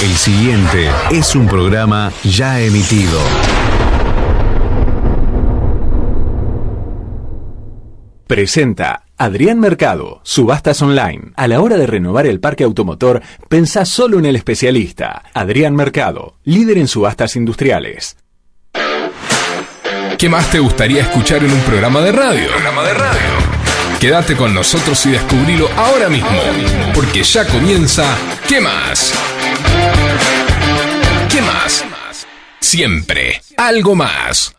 El siguiente es un programa ya emitido. Presenta Adrián Mercado, Subastas Online. A la hora de renovar el parque automotor, pensá solo en el especialista, Adrián Mercado, líder en subastas industriales. ¿Qué más te gustaría escuchar en un programa de radio? Programa de radio. Quédate con nosotros y descubrilo ahora mismo, porque ya comienza ¿Qué más? ¿Qué más? Siempre algo más.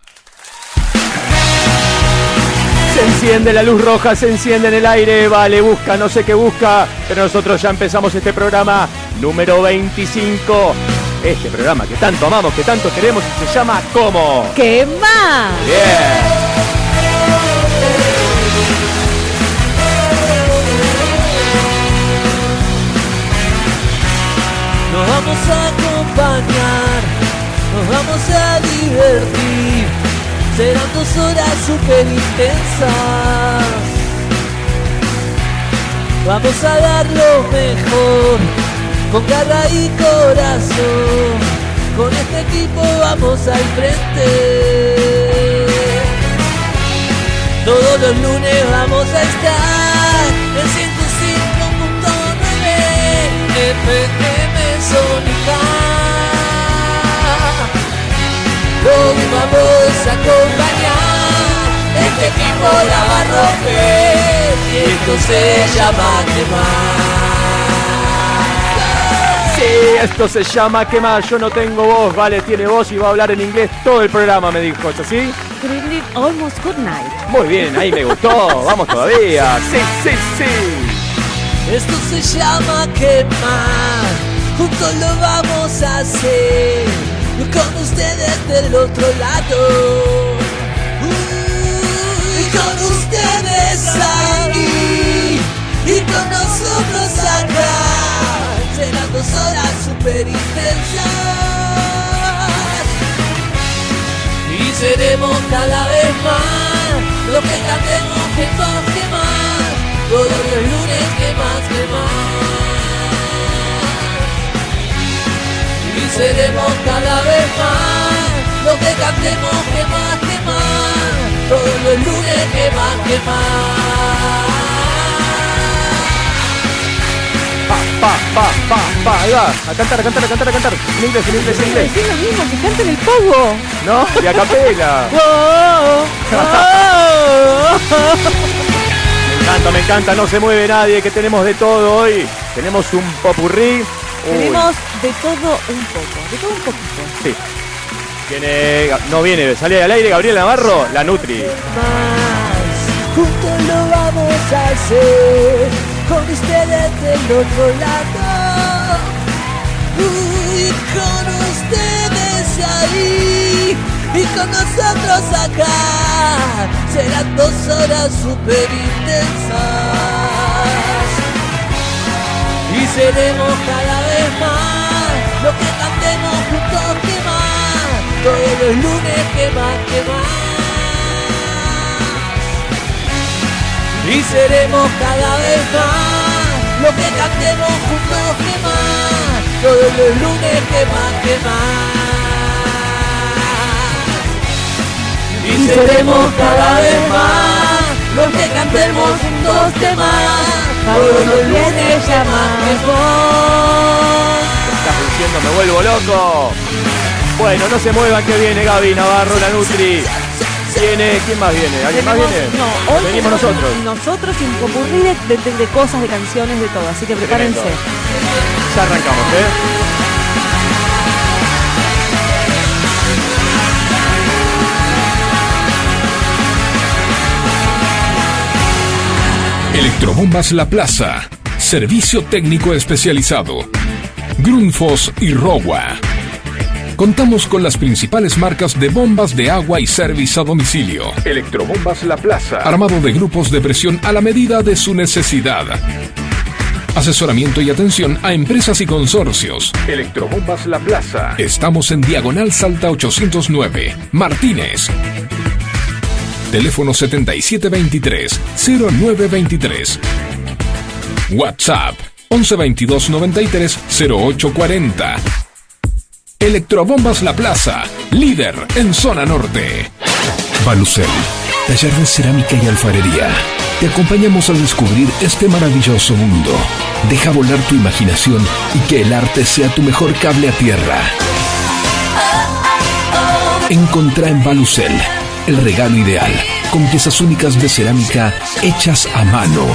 Se enciende la luz roja, se enciende en el aire, vale, busca, no sé qué busca, pero nosotros ya empezamos este programa número 25. Este programa que tanto amamos, que tanto queremos y se llama ¿Cómo? ¿Qué más? Bien. Nos vamos a acompañar, nos vamos a divertir. Serán dos horas super intensas. Vamos a dar lo mejor, con garra y corazón. Con este equipo vamos al frente. Todos los lunes vamos a estar en 105.9 FM Sónica. Hoy vamos a acompañar, este equipo la va a romper y esto se llama quemar. Sí, esto se llama ¿Qué más? Yo no tengo voz, vale, tiene voz y va a hablar en inglés todo el programa, me dijo, ¿es así? Good evening, almost good night. Muy bien, ahí me gustó, vamos todavía. Sí, sí, sí. Esto se llama quemar, juntos lo vamos a hacer, con ustedes del otro lado. Uh, y con ustedes ahí, y con nosotros acá, serán dos horas super intensas. Y seremos cada vez más lo que cantemos que más, que más. Todos los lunes que más, que más. Y seremos cada vez más lo que cantemos que más, que más. Todos los lunes que más, que más. Pa, pa, pa, pa, pa, ahí va. A cantar, a cantar, a cantar, a cantar. En inglés, en inglés, en inglés. Decir lo mismo que canten el pogo. No, y a capela. Oh, oh, oh. Me encanta, me encanta, no se mueve nadie, que tenemos de todo hoy. Tenemos un popurrí. Uy, Tenemos de todo un poco, de todo un poquito. sí. Viene, no viene, sale al aire Gabriel Navarro, la Nutri. más. Juntos lo vamos a hacer con ustedes del otro lado. Uy, con ustedes ahí y con nosotros acá. Serán dos horas super intensas. Y seremos cada vez más lo que cantemos juntos que más. Todos los lunes que más, que más y seremos cada vez más lo que cantemos juntos que más todos los lunes que más que más y seremos cada vez más lo que cantemos juntos que más todos los lunes que más que más Estás diciendo, me vuelvo loco. Bueno, no se muevan que viene Gaby Navarro, la Nutri. Viene, ¿quién más viene? ¿Alguien más Tenemos- viene? No, hoy Venimos tenemos nosotros. Nosotros y un popurrí de, de- de cosas, de canciones, de todo. Así que prepárense. Tremendo. Ya arrancamos, ¿eh? Electrobombas La Plaza. Servicio técnico especializado. Grundfos y Rowa. Contamos con las principales marcas de bombas de agua y servicio a domicilio. Electrobombas La Plaza. Armado de grupos de presión a la medida de su necesidad. Asesoramiento y atención a empresas y consorcios. Electrobombas La Plaza. Estamos en Diagonal Salta 809. Martínez. Teléfono 7723-0923. WhatsApp 11 22 93 0840. Electrobombas La Plaza, líder en zona norte. Balucel, taller de cerámica y alfarería. Te acompañamos al descubrir este maravilloso mundo. Deja volar tu imaginación y que el arte sea tu mejor cable a tierra. Encontrá en Balucel el regalo ideal, con piezas únicas de cerámica hechas a mano.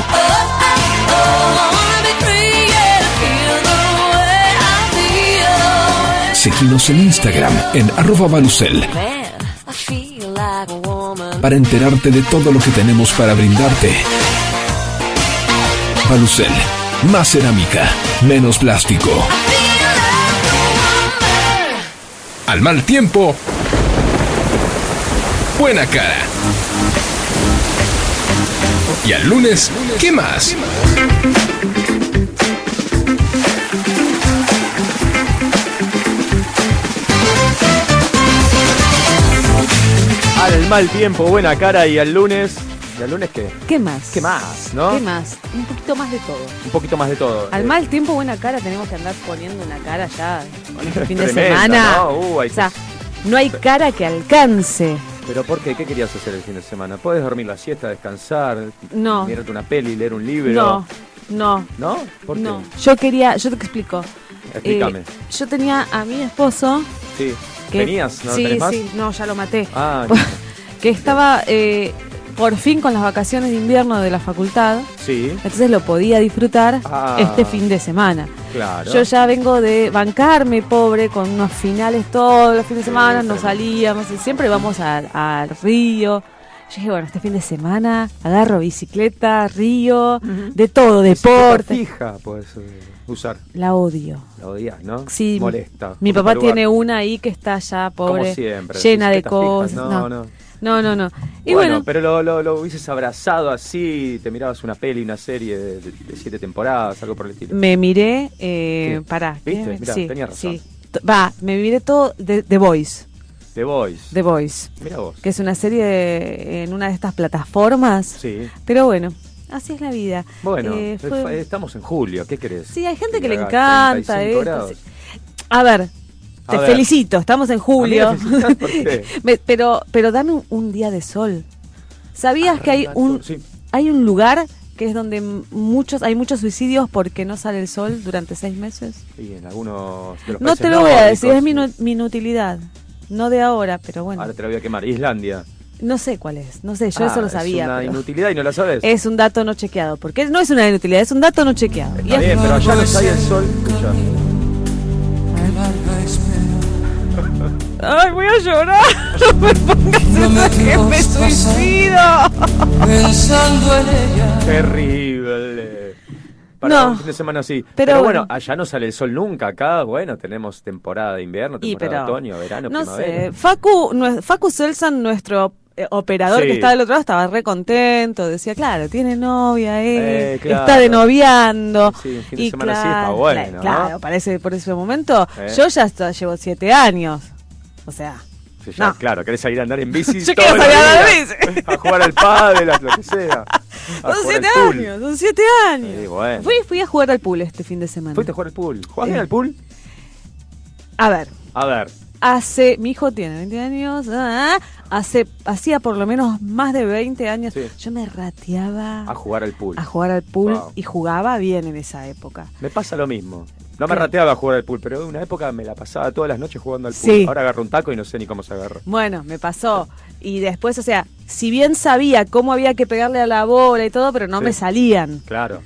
Seguinos en Instagram en arroba balucel para enterarte de todo lo que tenemos para brindarte. Balucel, más cerámica, menos plástico. Al mal tiempo, buena cara. Y al lunes, ¿qué más? Al mal tiempo, buena cara y al lunes. ¿Y al lunes qué? ¿Qué más? ¿Qué más, no? ¿Qué más? Un poquito más de todo. Un poquito más de todo. Al Eh, mal tiempo, buena cara, tenemos que andar poniendo una cara ya con este fin de Tremenda, semana. ¿no? Uh, hay o sea, que- no hay cara que alcance. ¿Pero por qué? ¿Qué querías hacer el fin de semana? ¿Puedes dormir la siesta, descansar? No. Mirarte una peli, leer un libro. No, no, ¿No? ¿Por qué? no. Yo quería, yo te explico. Explícame. Eh, yo tenía a mi esposo Sí. que ¿Tenías? ¿No sí, tenés más? sí, no, ya lo maté. Ah, que estaba eh, por fin con las vacaciones de invierno de la facultad, sí, entonces lo podía disfrutar Ah. este fin de semana. claro. Yo ya vengo de bancarme pobre con unos finales todos los fines de semana, no salíamos, y siempre vamos al- al río. Yo dije, bueno, este fin de semana agarro bicicleta, río, de todo, Bicicleta deporte. fija puedes eh, usar. La odio. La odias, ¿no? Sí, mi- Molesta. Mi ocupa papá lugar. tiene una ahí que está ya pobre, Como siempre, llena de bicicletas fijas, cosas. no, No, no. no, no, no. Y bueno, bueno, pero lo, lo, lo hubieses abrazado así, te mirabas una peli, una serie de, de siete temporadas, algo por el estilo. me miré, eh, Sí. pará. ¿Viste? ¿qué? Mirá, tenía razón. sí. T- Va, me miré todo de The Voice, The Voice. The Voice, Mira vos. que es una serie de- en una de estas plataformas. Sí. Pero bueno, así es la vida. Bueno, Eh, eh, fue- fa- estamos en julio, ¿qué querés? sí, hay gente que le Haga encanta 35 esto, grados. sí. A ver, A te ver. felicito, estamos en julio. ¿A mí me felicitás? ¿Por qué? Me- pero, pero dame un, un día de sol. ¿Sabías que hay Arranca un, todo, Ah, sí. hay un lugar que es donde m- muchos hay muchos suicidios porque no sale el sol durante seis meses? Y en algunos de los No países te lo voy a decir, nórdicos, es mi, nu- mi inutilidad. No de ahora, pero bueno. Ahora te lo voy a quemar. Islandia. No sé cuál es, no sé, yo Ah, eso lo sabía. Es una pero- inutilidad y no la sabes. Es un dato no chequeado, porque no es una inutilidad, es un dato no chequeado. Y Está es- bien, pero allá no sale el sol. Escucha. Ay, voy a llorar. No me pongas eso que me suicido. Pensando en ella. Terrible. Para No. un fin de semana así. Pero, Pero bueno, bueno. allá no sale el sol nunca. Acá, bueno, tenemos temporada de invierno, Y pero temporada de otoño, verano, no primavera. sé, Facu, nue- Facu Selsan, nuestro eh, operador Sí. que estaba del otro lado, estaba re contento, decía, claro, tiene novia, eh, Eh, claro. está de noviando. Sí, un fin de y semana así claro, está bueno, ¿no? Claro, parece por ese momento. Eh. Yo ya estoy- llevo siete años. O sea, Sí, ya, no. Claro, querés salir a andar en bici. Yo todo quiero el salir a andar en día, bici. A jugar al pádel, a lo que sea. A son jugar siete al Ah, pool. años, son siete años. Sí, bueno. fui, fui a jugar al pool este fin de semana. ¿Fuiste a jugar al pool? ¿Jugás bien Eh. al pool? A ver, A ver. hace, mi hijo tiene 20 años, ah, hace, hacía por lo menos más de 20 años, Sí. yo me rateaba A jugar al pool. a jugar al pool Wow. y jugaba bien en esa época. Me pasa lo mismo. No me ¿Qué? rateaba a jugar al pool, pero en una época me la pasaba todas las noches jugando al pool. Sí. Ahora agarro un taco y no sé ni cómo se agarra. Bueno, me pasó. Y después, o sea, si bien sabía cómo había que pegarle a la bola y todo, pero no Sí. me salían. Claro. claro.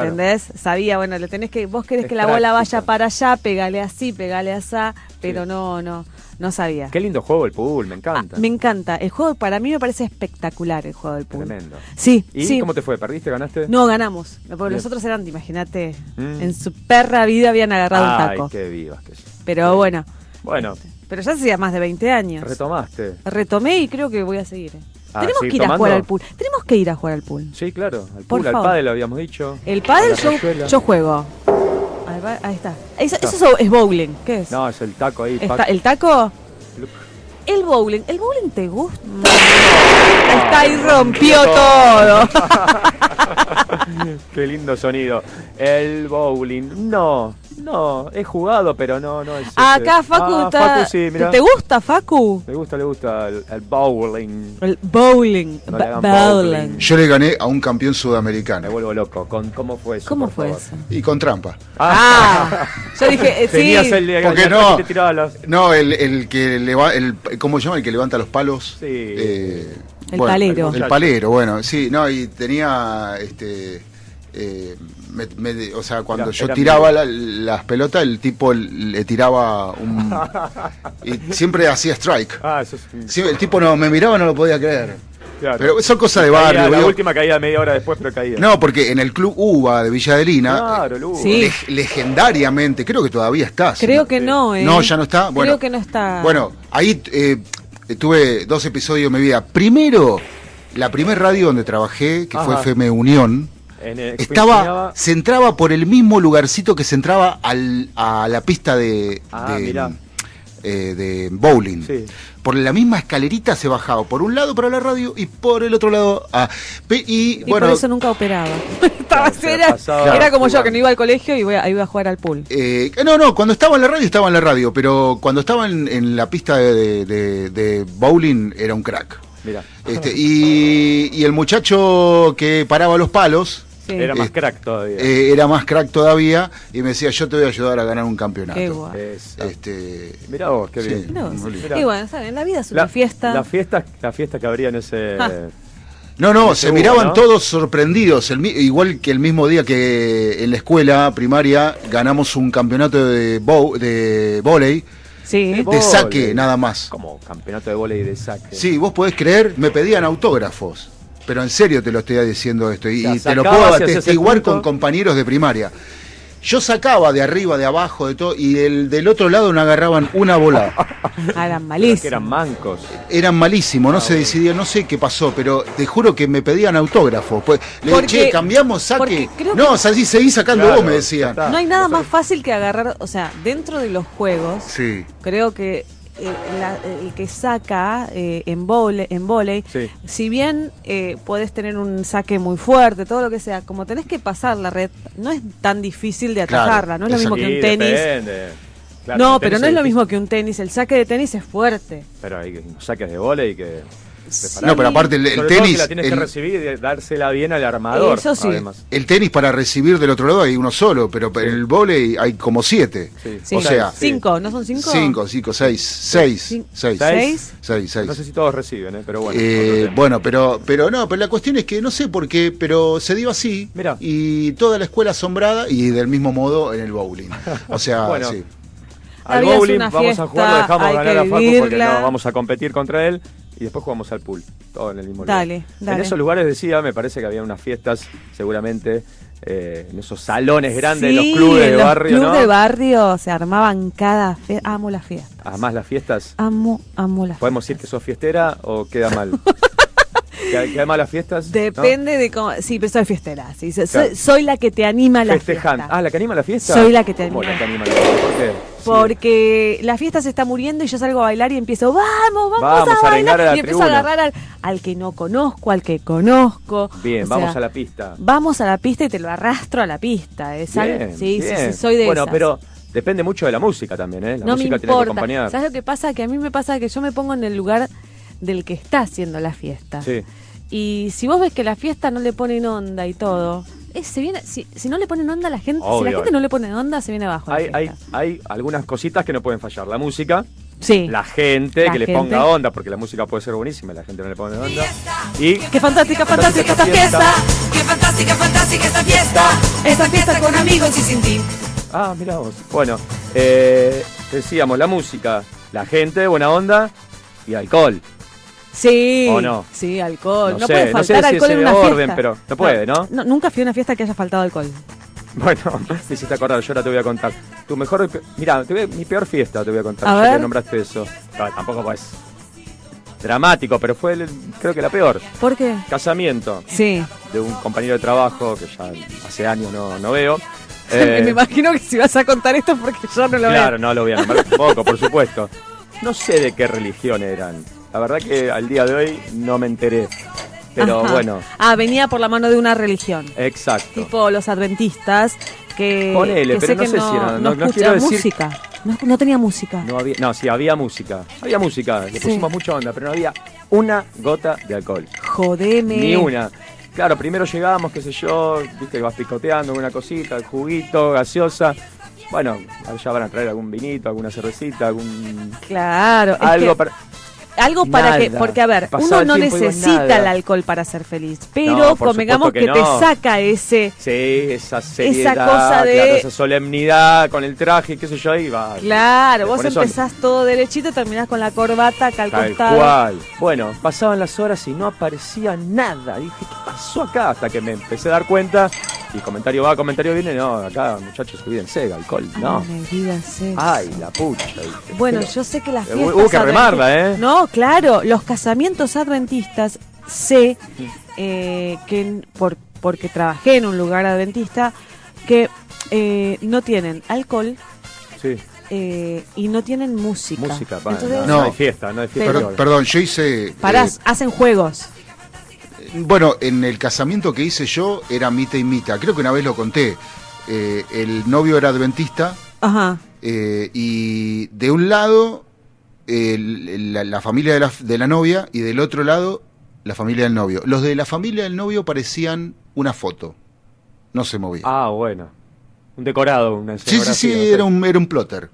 ¿Entendés? Sabía, bueno, le tenés que, vos querés Es que la bola práctica. vaya para allá, pegale así, pegale así, pero Sí. no, no, no sabía. Qué lindo juego el pool, me Ah, encanta. me encanta. El juego, para mí me parece espectacular el juego del pool. Tremendo. Sí, ¿Y sí. cómo te fue? ¿Perdiste? ¿Ganaste? No, ganamos. Porque Bien. los otros eran, imagínate, Mm. en su perra vida habían agarrado Ay, un taco. Este. qué vivas que sos. Pero bueno, Bueno, pero ya hacía más de 20 años. retomaste. Retomé y creo que voy a seguir. ¿eh? Ah, Tenemos ¿seguir que ir a jugar tomando? al pool. Tenemos que ir a jugar al pool. Sí, claro. Al Por pool, al favor. pádel lo habíamos dicho. El a pádel la yo, rayuela. yo juego. Al ba- Ahí está. Eso, Está. eso es bowling. ¿Qué es? No, es el taco ahí. Está- pac, ¿El taco? plup. El bowling. ¿El bowling te gusta? Ahí está y rompió todo. Qué lindo sonido. El bowling. No, no, he jugado, pero no, no es. ese. Acá Facu Ah, está. Facu sí, mirá. ¿Te gusta, Facu? Le gusta, le gusta el, el bowling. El bowling. No le ba- hagan bowling. Yo le gané a un campeón Me sudamericano. vuelvo loco. Con, ¿Cómo fue eso? ¿Cómo por fue favor? eso? Y con trampa. Ah, yo dije, eh, sí. Tenías el de Porque el- no. te tiraba los- No, el, el que leva, el, ¿cómo se llama? El que levanta los palos. Sí. Eh, El palero. El palero, bueno, sí, no, y tenía este eh, me- me- o sea, cuando Era- yo era tiraba la- las pelotas, el tipo le tiraba un y siempre hacía strike. Ah, eso es. Sí, el tipo no me miraba, no lo podía creer. claro. Pero son cosas de Caía- barrio. La boludo. última caída media hora después, pero caía. No, porque en el club UBA de Villa Adelina, Claro, Lu. Sí. leg- legendariamente, creo que todavía está. si Creo no- que no, ¿eh? No, ya no está. Bueno, Creo que no está. Bueno, ahí eh, tuve dos episodios de mi vida. Primero, la primer radio donde trabajé, que fue Ajá. FM Unión, En el- estaba, se entraba por el mismo lugarcito que se entraba al- a la pista de, Ah, de, mirá. eh, de bowling. Sí. Por la misma escalerita se bajaba por un lado para la radio y por el otro lado a... pe- Y, Y bueno, por eso nunca operaba. Estaba- se la era, pasaba era como yo, jugando. que no iba al colegio y voy a- iba a jugar al pool. Eh, no, no, cuando estaba en la radio estaba en la radio, pero cuando estaba en, en la pista de, de- de bowling era un crack. Mira, Este, y, y el muchacho que paraba los palos Sí. era más Eh, crack todavía. eh, era más crack todavía y me decía, yo te voy a ayudar a ganar un campeonato. Qué guay. Esa. Este, ah. Mirá vos, qué sí. bien. No, sí. Mirá. Y bueno, ¿saben? la vida es una fiesta. La fiesta, la fiesta que habría en ese. Ah. No, no, Ese se hubo, miraban eh, ¿no? todos sorprendidos, el mi- igual que el mismo día que en la escuela primaria ganamos un campeonato de, bow, de volei, Sí. ¿Eh? de saque Vóley. nada más. Como campeonato de volei de saque. Sí, vos podés creer, me pedían autógrafos. Pero en serio te lo estoy diciendo esto. Y, O sea, y te lo sacabas puedo y hacías el atestiguar punto. con compañeros de primaria. Yo sacaba de arriba, de abajo, de todo. Y el, del otro lado no agarraban una bola. Ah, eran Pero Que eran malísimos. mancos. Ah, Eran malísimos, no se decidían, no sé qué pasó. Pero te juro que me pedían autógrafos. Pues, le dije, Porque- che, cambiamos, porque saque. creo No, así seguí sacando Claro, vos, me decían. ya está. No hay nada más fácil que agarrar, o sea, dentro de los juegos, Sí. creo que eh, la- el que saca eh, en vole, en volei, Sí. si bien eh, podés tener un saque muy fuerte, todo lo que sea, como tenés que pasar la red, no es tan difícil de Claro, atajarla, no es lo mismo exacto. que Sí, un tenis. depende. Claro, no, el tenis pero no es lo difícil. mismo que un tenis, el saque de tenis es fuerte. Pero hay unos saques de volei que. preparás. No, pero aparte el, Sobre el todo que tenis. la tienes que el- recibir y dársela bien al armador. Eso sí. Además. el tenis para recibir del otro lado hay uno solo, pero en el volei hay como siete. Sí. Sí. O sea, eh, cinco, ¿no son cinco? 5, 5, 6, 6, Cin- 6. seis. 6, No sé si todos reciben, ¿eh? pero bueno. otro Eh, tema. bueno, pero, pero no, pero la cuestión es que no sé por qué, pero se dio así Mirá. y toda la escuela asombrada y del mismo modo en el bowling. O sea, Bueno. sí. La Al vida es bowling una vamos a jugar, lo fiesta, dejamos hay ganar que a Facu porque vivirla. no vamos a competir contra él y después jugamos al pool, todo en el mismo lugar. Dale, dale. En esos lugares decía, me parece que había unas fiestas, seguramente, eh, en esos salones grandes de Sí, los clubes en de los barrio, clubes ¿no? de barrio se armaban cada fiesta. Amo las fiestas. Además las fiestas, Amo, amo las ¿podemos decir que sos fiestera o queda mal? ¿Queda, queda mal las fiestas? ¿No? Depende de cómo. Sí, pero soy fiestera. sí, so- soy, Claro. soy la que te anima a la Festejan. fiesta. Ah, ¿la que anima la fiesta? Soy la que te ¿Cómo anima. la que anima la fiesta? ¿Por qué? Sí. Porque la fiesta se está muriendo y yo salgo a bailar y empiezo, vamos, vamos, Vamos a, a arengar bailar. a la y empiezo a tribuna. agarrar al, al que no conozco, al que conozco. Bien, O vamos sea, a la pista. Vamos a la pista y te lo arrastro a la pista. ¿eh? ¿sabes? Bien, sí, sí, bien. sí, soy de Bueno, esas. pero depende mucho de la música también, ¿eh? La no me música tiene que importa. acompañar. ¿Sabes lo que pasa? Que a mí me pasa que yo me pongo en el lugar del que está haciendo la fiesta. Sí. Y si vos ves que la fiesta no le ponen onda y todo, eh, se viene, si, si no le ponen onda a la gente, si la Obvio. gente no le pone onda, se viene abajo. la Hay, hay, fiesta. hay algunas cositas que no pueden fallar. La música, sí. la gente La que le gente. ponga onda, porque la música puede ser buenísima y la gente no le pone onda. Y Qué fantástica, fantástica esta fiesta. Fiesta, qué fantástica, fantástica esta fiesta. Esta fiesta con amigos y sin ti. Ah, mirá vos. Bueno, eh, decíamos, la música, la gente, buena onda y alcohol. Sí. ¿O no? Sí, alcohol. No No, sé, puede no sé faltar si alcohol es en de una orden, fiesta. pero no puede, ¿no? Nunca fui a una fiesta que haya faltado alcohol. Bueno, me hiciste acordar, yo ahora te voy a contar. Tu mejor. Mira, mi peor fiesta te voy a contar, A ya ver. que nombraste eso. No, tampoco pues. Dramático, pero fue el- creo que la peor. ¿Por qué? Casamiento Sí. de un compañero de trabajo que ya hace años no, no veo. me Eh, imagino que si vas a contar esto es porque yo no lo Claro, veo. no lo voy a nombrar tampoco, por supuesto. No sé de qué religión eran. La verdad que al día de hoy no me enteré. pero Ajá. bueno. Ah, venía por la mano de una religión. Exacto. tipo los adventistas que, Ponele, que pero no sé si era- no- no escuchan quiero decir- música. No, no tenía música. No, había, no, sí, había música. Había música, le Sí. pusimos mucha onda, pero no había una gota de alcohol. Jodeme. Ni una. Claro, primero llegábamos, qué sé yo, viste que vas picoteando una cosita, el juguito, gaseosa. Bueno, ya van a traer algún vinito, alguna cervecita, algún. Claro. es algo que- para. algo para Nada. que. Porque, a ver, Pasaba uno el no tiempo y vos necesita nada. el alcohol para ser feliz. No, Pero por convengamos supuesto que, que te no. saca ese. Sí, esa seriedad, cosa de- claro, esa solemnidad con el traje, qué sé yo, y va. Claro, Te vos pones onda. empezás todo derechito, terminás con la corbata acá al Tal costado. cual. Bueno, pasaban las horas y no aparecía nada. Dije, ¿qué pasó acá? Hasta que me empecé a dar cuenta. Y comentario va, comentario viene. No, acá, muchachos, olvídense, alcohol. Ay, No. me digas eso. Ay, la puta. dije. Bueno, yo sé que las Eh, fiestas... hubo que adventistas- remarla, ¿eh? No, claro, los casamientos adventistas sé eh, que en- por, porque trabajé en un lugar adventista que eh, no tienen alcohol Sí, eh, y no tienen música. música, pa, Entonces, no, no No. hay fiesta, no hay fiesta. Perdón, perdón, yo hice. eh, parás, hacen juegos. bueno, en el casamiento que hice yo era mita y mita. Creo que una vez lo conté. Eh, el novio era adventista Ajá. eh, y de un lado el- la, la familia de la, de la novia y del otro lado la familia del novio. Los de la familia del novio parecían una foto. No se movía. Ah, bueno. Un decorado, una sí, sí, sí, escenografía, era no sé. un, era un plotter.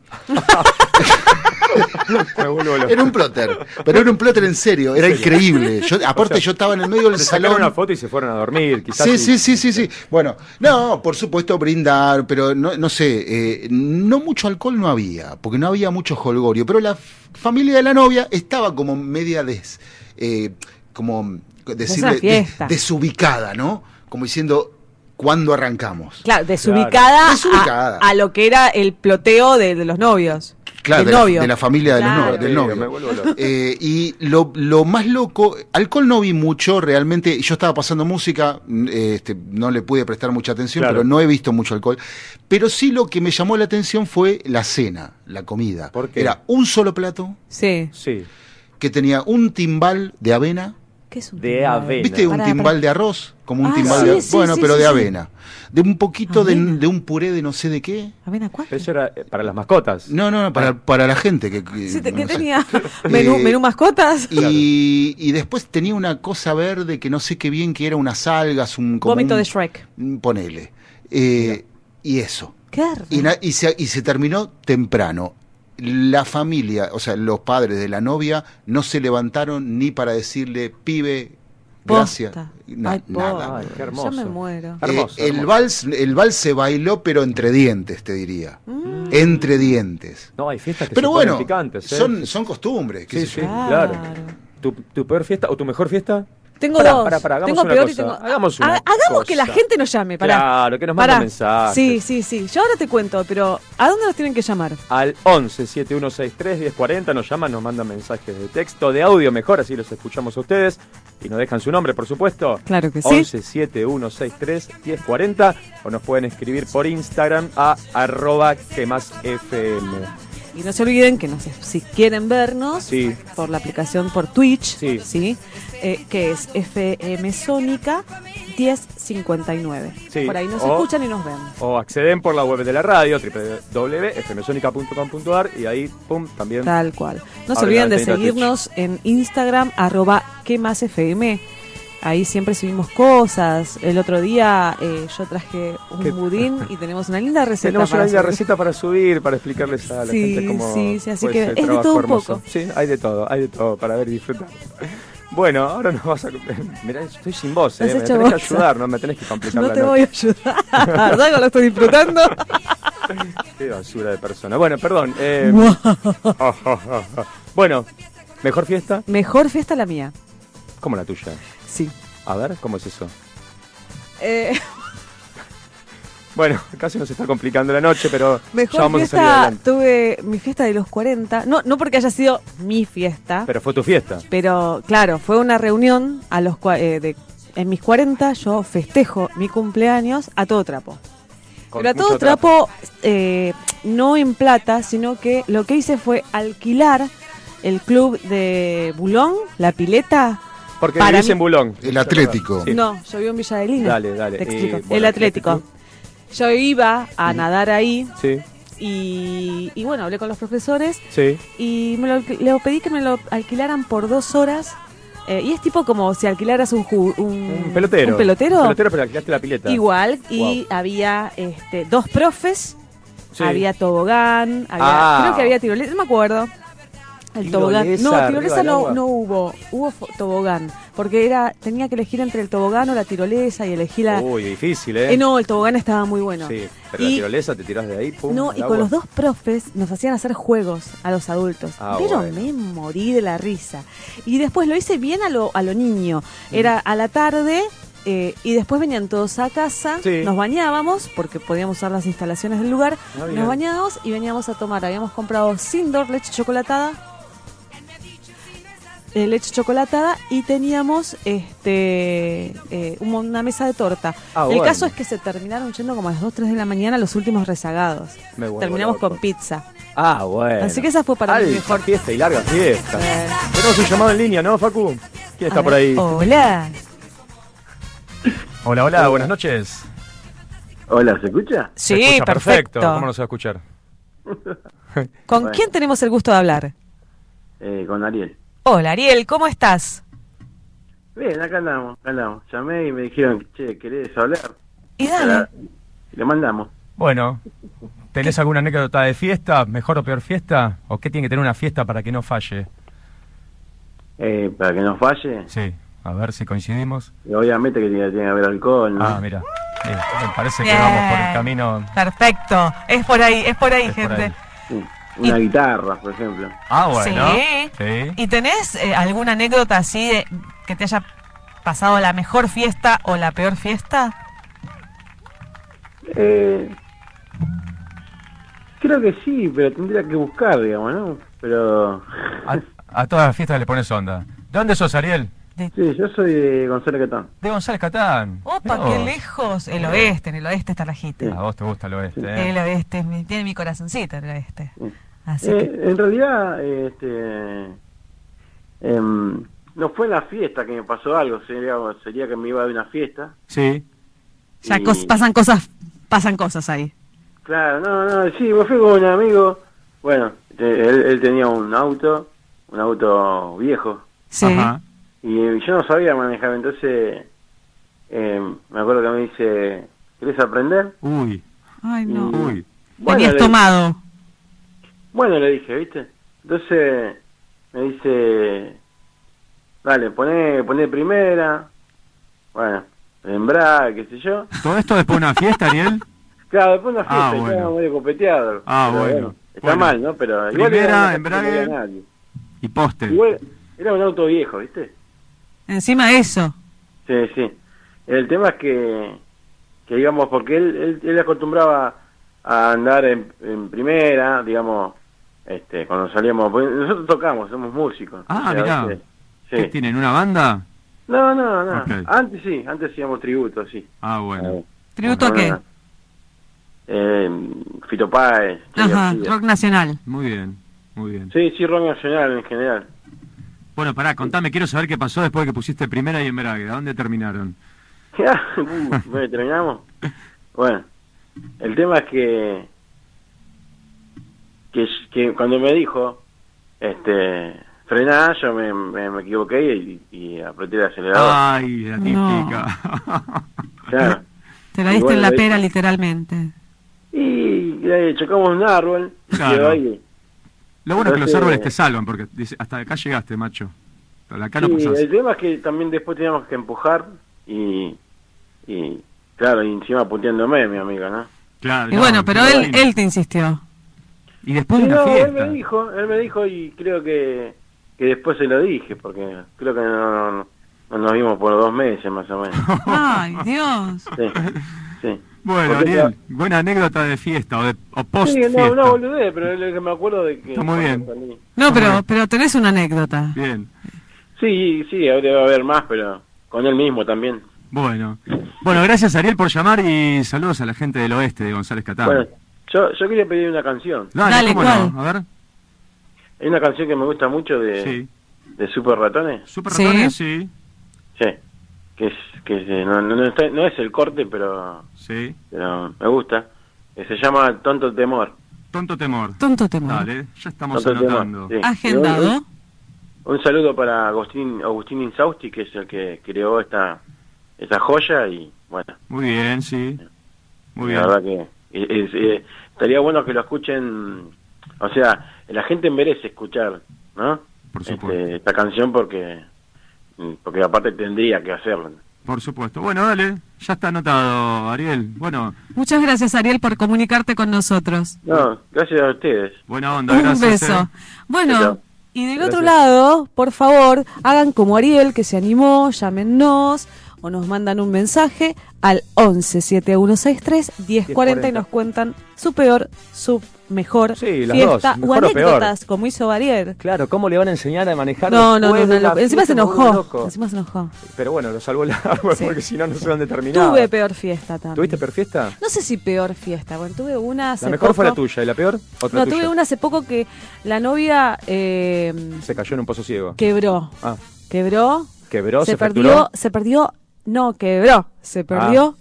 Me vuelvo loco. Era un plotter. Pero era un plotter en serio, era increíble. Yo, aparte, O sea, yo estaba en el medio del Le sacaron salón. una foto y se fueron a dormir, quizás. Sí, sí, sí, sí, sí. Bueno, no, por supuesto brindar, pero no, no sé, eh, no mucho alcohol no había, porque no había mucho jolgorio, pero la f- familia de la novia estaba como media des, eh, como decirle, una fiesta. des- desubicada, ¿no? Como diciendo, ¿cuándo arrancamos? Claro, desubicada, a- Desubicada. A, lo que era el ploteo de, de los novios. Claro, del de la, novio. de la familia de los Claro. novios- del novio. Me vuelvo loco. Eh, y lo, lo más loco, alcohol no vi mucho, realmente yo estaba pasando música, mm, eh, este, no le pude prestar mucha atención, Claro. pero no he visto mucho alcohol. Pero sí lo que me llamó la atención fue la cena, la comida. ¿Por qué? Era un solo plato Sí. Sí. que tenía un timbal de avena. ¿Qué es un De timbal? avena. ¿Viste? Pará, un timbal pará. de arroz, como un Ah, timbal sí, de sí, Bueno, sí, pero sí, de sí. avena. De un poquito de, Avena. de un puré de no sé de qué. ¿Avena cuál? Pero eso era eh, para las mascotas. No, no, no, para, para la gente que... que- Sí, te- ¿Qué no sé. tenía? ¿Menú, Eh, menú mascotas? Y, y después tenía una cosa verde que no sé qué bien que era, unas algas, un... como Vómito un- de Shrek. mm, Ponele. Eh, y eso. Qué Y, raro. na- y se, y se terminó temprano. La familia, o sea, los padres de la novia no se levantaron ni para decirle, pibe, gracias. Posta. Na- Ay, nada. pobre. Ay, qué hermoso. Yo me muero. Eh, Hermoso, el, hermoso. vals, el vals se bailó, pero entre dientes, te diría. Mm. Entre dientes. No, hay fiestas que Pero se ponen bueno, picantes. ¿eh? son, son costumbres. qué Sí, sí, sé yo. claro. ¿Tu, tu peor fiesta o tu mejor fiesta? Tengo Pará, dos. pará, pará, hagamos tengo una peor y cosa. tengo. Hagamos una Ha- hagamos que la cosa. gente nos llame. Pará. Claro, que nos manden Pará. mensajes. Sí, sí, sí. Yo ahora te cuento, pero ¿a dónde nos tienen que llamar? Al 11 7163 1040 nos llaman, nos mandan mensajes de texto, de audio mejor, así los escuchamos a ustedes y nos dejan su nombre, por supuesto. Claro que sí. 11 7163 1040 o nos pueden escribir por Instagram a arroba que más FM. Y no se olviden que no sé, si quieren vernos Sí. por la aplicación por Twitch, Sí. Eh, que es FM Sónica 1059. Sí, Por ahí nos o- escuchan y nos ven. O acceden por la web de la radio, www.fmsonica.com.ar y ahí, pum, también. Tal cual. No se Abre olviden la de ventanita de seguirnos en Instagram, arroba que más FM. Ahí siempre subimos cosas. El otro día eh, yo traje un ¿Qué? budín y tenemos una linda receta. Tenemos para una linda subir. receta para subir, para explicarles a la Sí, gente cómo. sí, sí, así fue que ese es de trabajo todo un hermoso. poco. Sí, hay de todo, hay de todo para ver y disfrutar. Bueno, ahora nos vas a. Mirá, estoy sin voz, Te eh, has me hecho tenés que bolsa. ayudar, no me tenés que complicar No la te noche. voy a ayudar. ¿Sabes cómo lo estoy disfrutando? Qué basura de persona. Bueno, perdón. eh, bueno, ¿mejor fiesta? Mejor fiesta la mía. Como la tuya. Sí. A ver, ¿cómo es eso? Eh, Bueno, casi nos está complicando la noche, pero mejor ya vamos a salir fiesta adelante. tuve mi fiesta de los 40. No, no porque haya sido mi fiesta. Pero fue tu fiesta. Pero claro, fue una reunión a los cua- eh, de- en mis 40 yo festejo mi cumpleaños a todo trapo. con Pero a mucho todo trapo, eh, no en plata, sino que lo que hice fue alquilar el club de Bulón, la pileta, Porque Para vivís mí- en Bulón. El Atlético. Sí. No, yo vivo en Villa de Lina. Dale, dale. Te explico. Eh, bueno, el Atlético. Yo iba a nadar ahí Sí, y, y bueno, hablé con los profesores sí. y me lo, alqui- le pedí que me lo alquilaran por dos horas. eh, y es tipo como si alquilaras un, ju- un, Un pelotero. un pelotero. Un pelotero, pero alquilaste la pileta. Igual, y Wow. había este, dos profes, Sí. había tobogán, había, Ah. creo que había tirolesa, no me acuerdo. El tobogán. Tirolesa no, arriba tirolesa del no, agua. no hubo, hubo fo- tobogán, porque era tenía que elegir entre el tobogán o la tirolesa y elegí la... Uy, difícil, ¿eh? Eh, no, el tobogán estaba muy bueno. Sí, pero la y, tirolesa te tirás de ahí, pum. no, al y con agua. los dos profes nos hacían hacer juegos a los adultos. Ah, pero bueno. me morí de la risa. Y después lo hice bien a lo, a lo niño. Era a la tarde eh, y después venían todos a casa, Sí. nos bañábamos porque podíamos usar las instalaciones del lugar. Ah, bien. nos bañábamos y veníamos a tomar. Habíamos comprado Sindor, leche chocolatada. eh, leche chocolatada y teníamos este eh, un- una mesa de torta. Ah, El bueno. caso es que se terminaron yendo como a las 2, 3 de la mañana los últimos rezagados. Me vuelvo Terminamos loco. con pizza. Ah, bueno. Así que esa fue para mí Alta mejor. fiesta y larga fiesta. Tenemos un llamado en línea, ¿no, Facu? ¿Quién está A por ver, ahí? Hola. Hola, hola, buenas noches. Hola, ¿se escucha? Se Sí, escucha perfecto. ¿Cómo nos va a escuchar? ¿Con quién tenemos el gusto de hablar? Eh, con Ariel. Hola, Ariel, ¿cómo estás? Bien, acá andamos, acá andamos. Llamé y me dijeron, che, ¿querés hablar? Y dale. Le mandamos. Bueno, ¿tenés alguna anécdota de fiesta? ¿Mejor o peor fiesta? ¿O qué tiene que tener una fiesta para que no falle? Eh, para que no falle, Sí, a ver si coincidimos. y obviamente que tiene, tiene que haber alcohol, ¿no? Ah, mira. Sí, me parece que Bien. vamos por el camino. Perfecto. Es por ahí, es por ahí, es por ahí. Sí. Una guitarra, por ejemplo. Ah, bueno. ¿Y tenés eh, alguna anécdota así de que te haya pasado la mejor fiesta o la peor fiesta? Eh, creo que sí, pero tendría que buscar, digamos, ¿no? Pero... A, a todas las fiestas le pones onda. ¿De dónde sos, Ariel? Sí, yo soy de Gonzalo Catán. De González Catán. Mirá Opa, vos. qué lejos. El oeste, en el oeste está la gente. A vos te gusta el oeste, ¿eh? El oeste, es mi- tiene mi corazoncito el oeste. Así Eh, que, En realidad, eh, este, em, no fue en la fiesta que me pasó algo, sería, sería que me iba de una fiesta. Sí. ya y- cos- pasan cosas, pasan cosas ahí. Claro, no, no, sí, me fui con un amigo. Bueno, te- él, él tenía un auto, un auto viejo, Sí. Ajá. y eh, yo no sabía manejar, entonces em, me acuerdo que me dice, ¿querés aprender? Uy, Ay, Y, no. bueno, Venías le- tomado. Bueno, le dije, ¿viste? Entonces me dice, dale, poné, poné primera, bueno, embrague, qué sé yo. ¿todo esto después de una fiesta, Ariel? Claro, después una fiesta, Ah, y bueno. estaba medio copeteado. Ah, Pero bueno. Está Bueno. mal, ¿no? Pero igual Primera, era una embrague. fiesta que no había nadie. Y poste. Igual era un auto viejo, ¿viste? Encima de eso. Sí, sí. El tema es que, que digamos, porque él, él, él acostumbraba a andar en, en primera, digamos, este, cuando salíamos. porque nosotros tocamos, somos músicos. Ah, O sea, mirá. ¿viste? ¿Qué Sí. tienen? ¿Una banda? No, no, no. Ok. Antes sí, antes hacíamos tributo, sí. Ah, bueno. ¿Tributo a qué? Eh, Fito Páez. Ajá, Tío, tío. rock nacional. Muy bien, muy bien. Sí, sí, rock nacional en general. Bueno, pará, contame, quiero saber qué pasó después de que pusiste primera y embrague. ¿A dónde terminaron? Uh, bueno, terminamos. Bueno, el tema es que, que que cuando me dijo este frená, yo me, me, me equivoqué y, y apreté el acelerador. Ay, la típica. Claro. Te la Y diste bueno, en la ahí- pera, literalmente. Y eh, chocamos un árbol y Claro. quedó ahí. Lo bueno es que los Entonces, árboles te salvan, porque dice, hasta acá llegaste, macho. Pero acá no Sí, pasás. el tema es que también después teníamos que empujar y, y claro, y encima puteándome, mi amigo, ¿no? Claro, Y Ah, no, bueno, pero me él, imagino. él te insistió. Y después Sí, de una no, él me fiesta. dijo, él me dijo y creo que, que después se lo dije, porque creo que no, no- no nos vimos por dos meses más o menos. Ay, Dios. Sí, sí. Bueno, Porque Ariel, buena anécdota de fiesta o, de, o la- post Sí, fiesta. no, no boludé, pero es lo que me acuerdo de que... Está muy bien. cuando salí. No, pero, pero tenés una anécdota. Bien. Sí, sí, debe haber más, pero con él mismo también. Bueno. Bueno, gracias Ariel por llamar y saludos a la gente del oeste de González Catán. Bueno, yo, yo quería pedir una canción. Dale, ¿cómo ¿cuál? no? A ver. Hay una canción que me gusta mucho de, Sí. de Super Ratones. Super Sí. Ratones, sí. Sí, que es, que es, eh, no, no- no está- no es el corte, pero, Sí. pero me gusta. Eh, se llama Tonto Temor. Tonto temor. Tonto temor. Dale, ya estamos Tonto Temor, anotando. sí. Un, Agendado. un- un saludo para Agustín, Agustín Insausti, que es el que creó esta, esta joya y bueno, Muy bien, sí. Muy la bien. verdad que eh, eh, eh, estaría bueno que lo escuchen, o sea, la gente merece escuchar, ¿no? Por Este, supuesto. esta canción porque porque aparte tendría que hacerlo. Por supuesto. Bueno, dale, ya está anotado, Ariel. Bueno, Muchas gracias, Ariel, por comunicarte con nosotros. No, gracias a ustedes. buena onda, Un gracias. beso. eh. Bueno, Chao. Y del otro Gracias. lado, por favor, hagan como Ariel que se animó, llámenos o nos mandan un mensaje al 11 7163 1040 y nos cuentan su peor, su mejor Sí, las fiesta dos, o mejor o peor. anécdotas, como hizo Ariel. Claro, ¿cómo le van a enseñar a manejar No, no, no, después no, de la no, Encima se fiesta? Me vuelvo enojó. loco. Encima se enojó. Pero bueno, lo salvó el árbol Sí. porque si no, no sé dónde terminaba. Tuve peor fiesta también. ¿Tuviste perfiesta? No sé si peor fiesta. Bueno, tuve una hace La mejor fue la poco- tuya y la peor, otra No, tuya. tuve una hace poco que la novia eh, Se cayó en un pozo ciego. quebró. Ah, Quebró. quebró, se, se, perdió, fracturó. Ah. se perdió, no, quebró, se perdió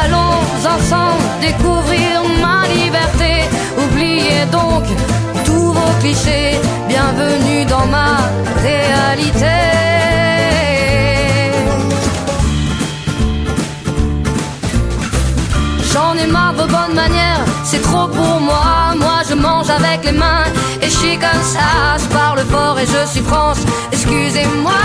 Allons ensemble découvrir ma liberté. Oubliez donc tous vos clichés. Bienvenue dans ma réalité. J'en ai marre de vos bonnes manières, c'est trop pour moi. Moi je mange avec les mains et je suis comme ça. Je parle fort et je suis France, excusez-moi.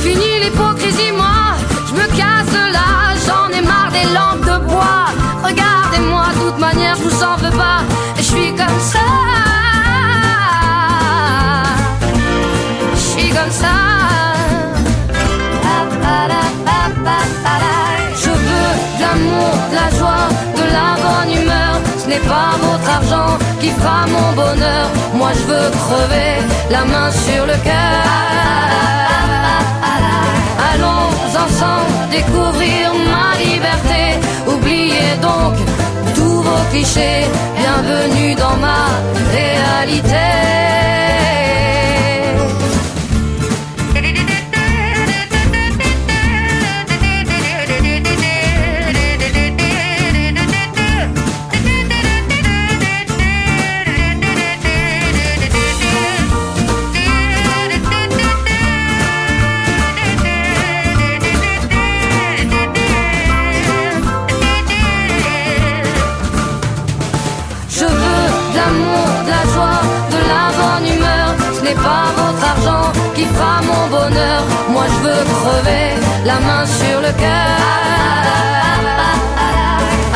Fini l'hypocrisie, moi je me casse de là. J'en ai marre des lampes de bois. Regardez-moi, de toute manière je vous en veux pas et je suis comme ça. Je suis comme ça. Je veux de l'amour, de la joie, de la bonne humeur. Ce n'est pas votre argent qui fera mon bonheur. Moi je veux crever la main sur le cœur. Allons ensemble découvrir ma liberté. Oubliez donc tous vos clichés. Bienvenue dans ma réalité. Je veux de l'amour, de la joie, de la bonne humeur. Ce n'est pas votre argent qui fera mon bonheur. Moi je veux crever la main sur le cœur.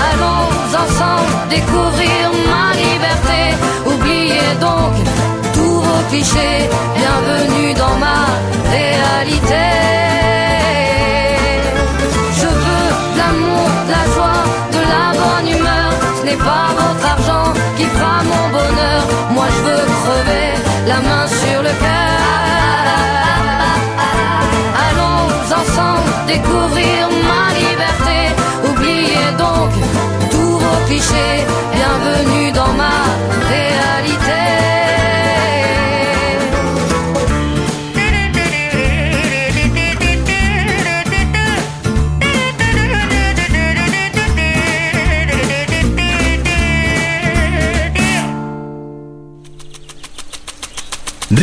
Allons ensemble découvrir ma liberté. Oubliez donc tous vos clichés. Bienvenue dans ma réalité. Je veux de l'amour, de la joie, de la bonne humeur. Ce n'est pas votre argent qui fera mon bonheur. Moi je veux crever la main sur le cœur. Allons ensemble découvrir ma liberté. Oubliez donc tous vos clichés. Bienvenue dans ma réalité.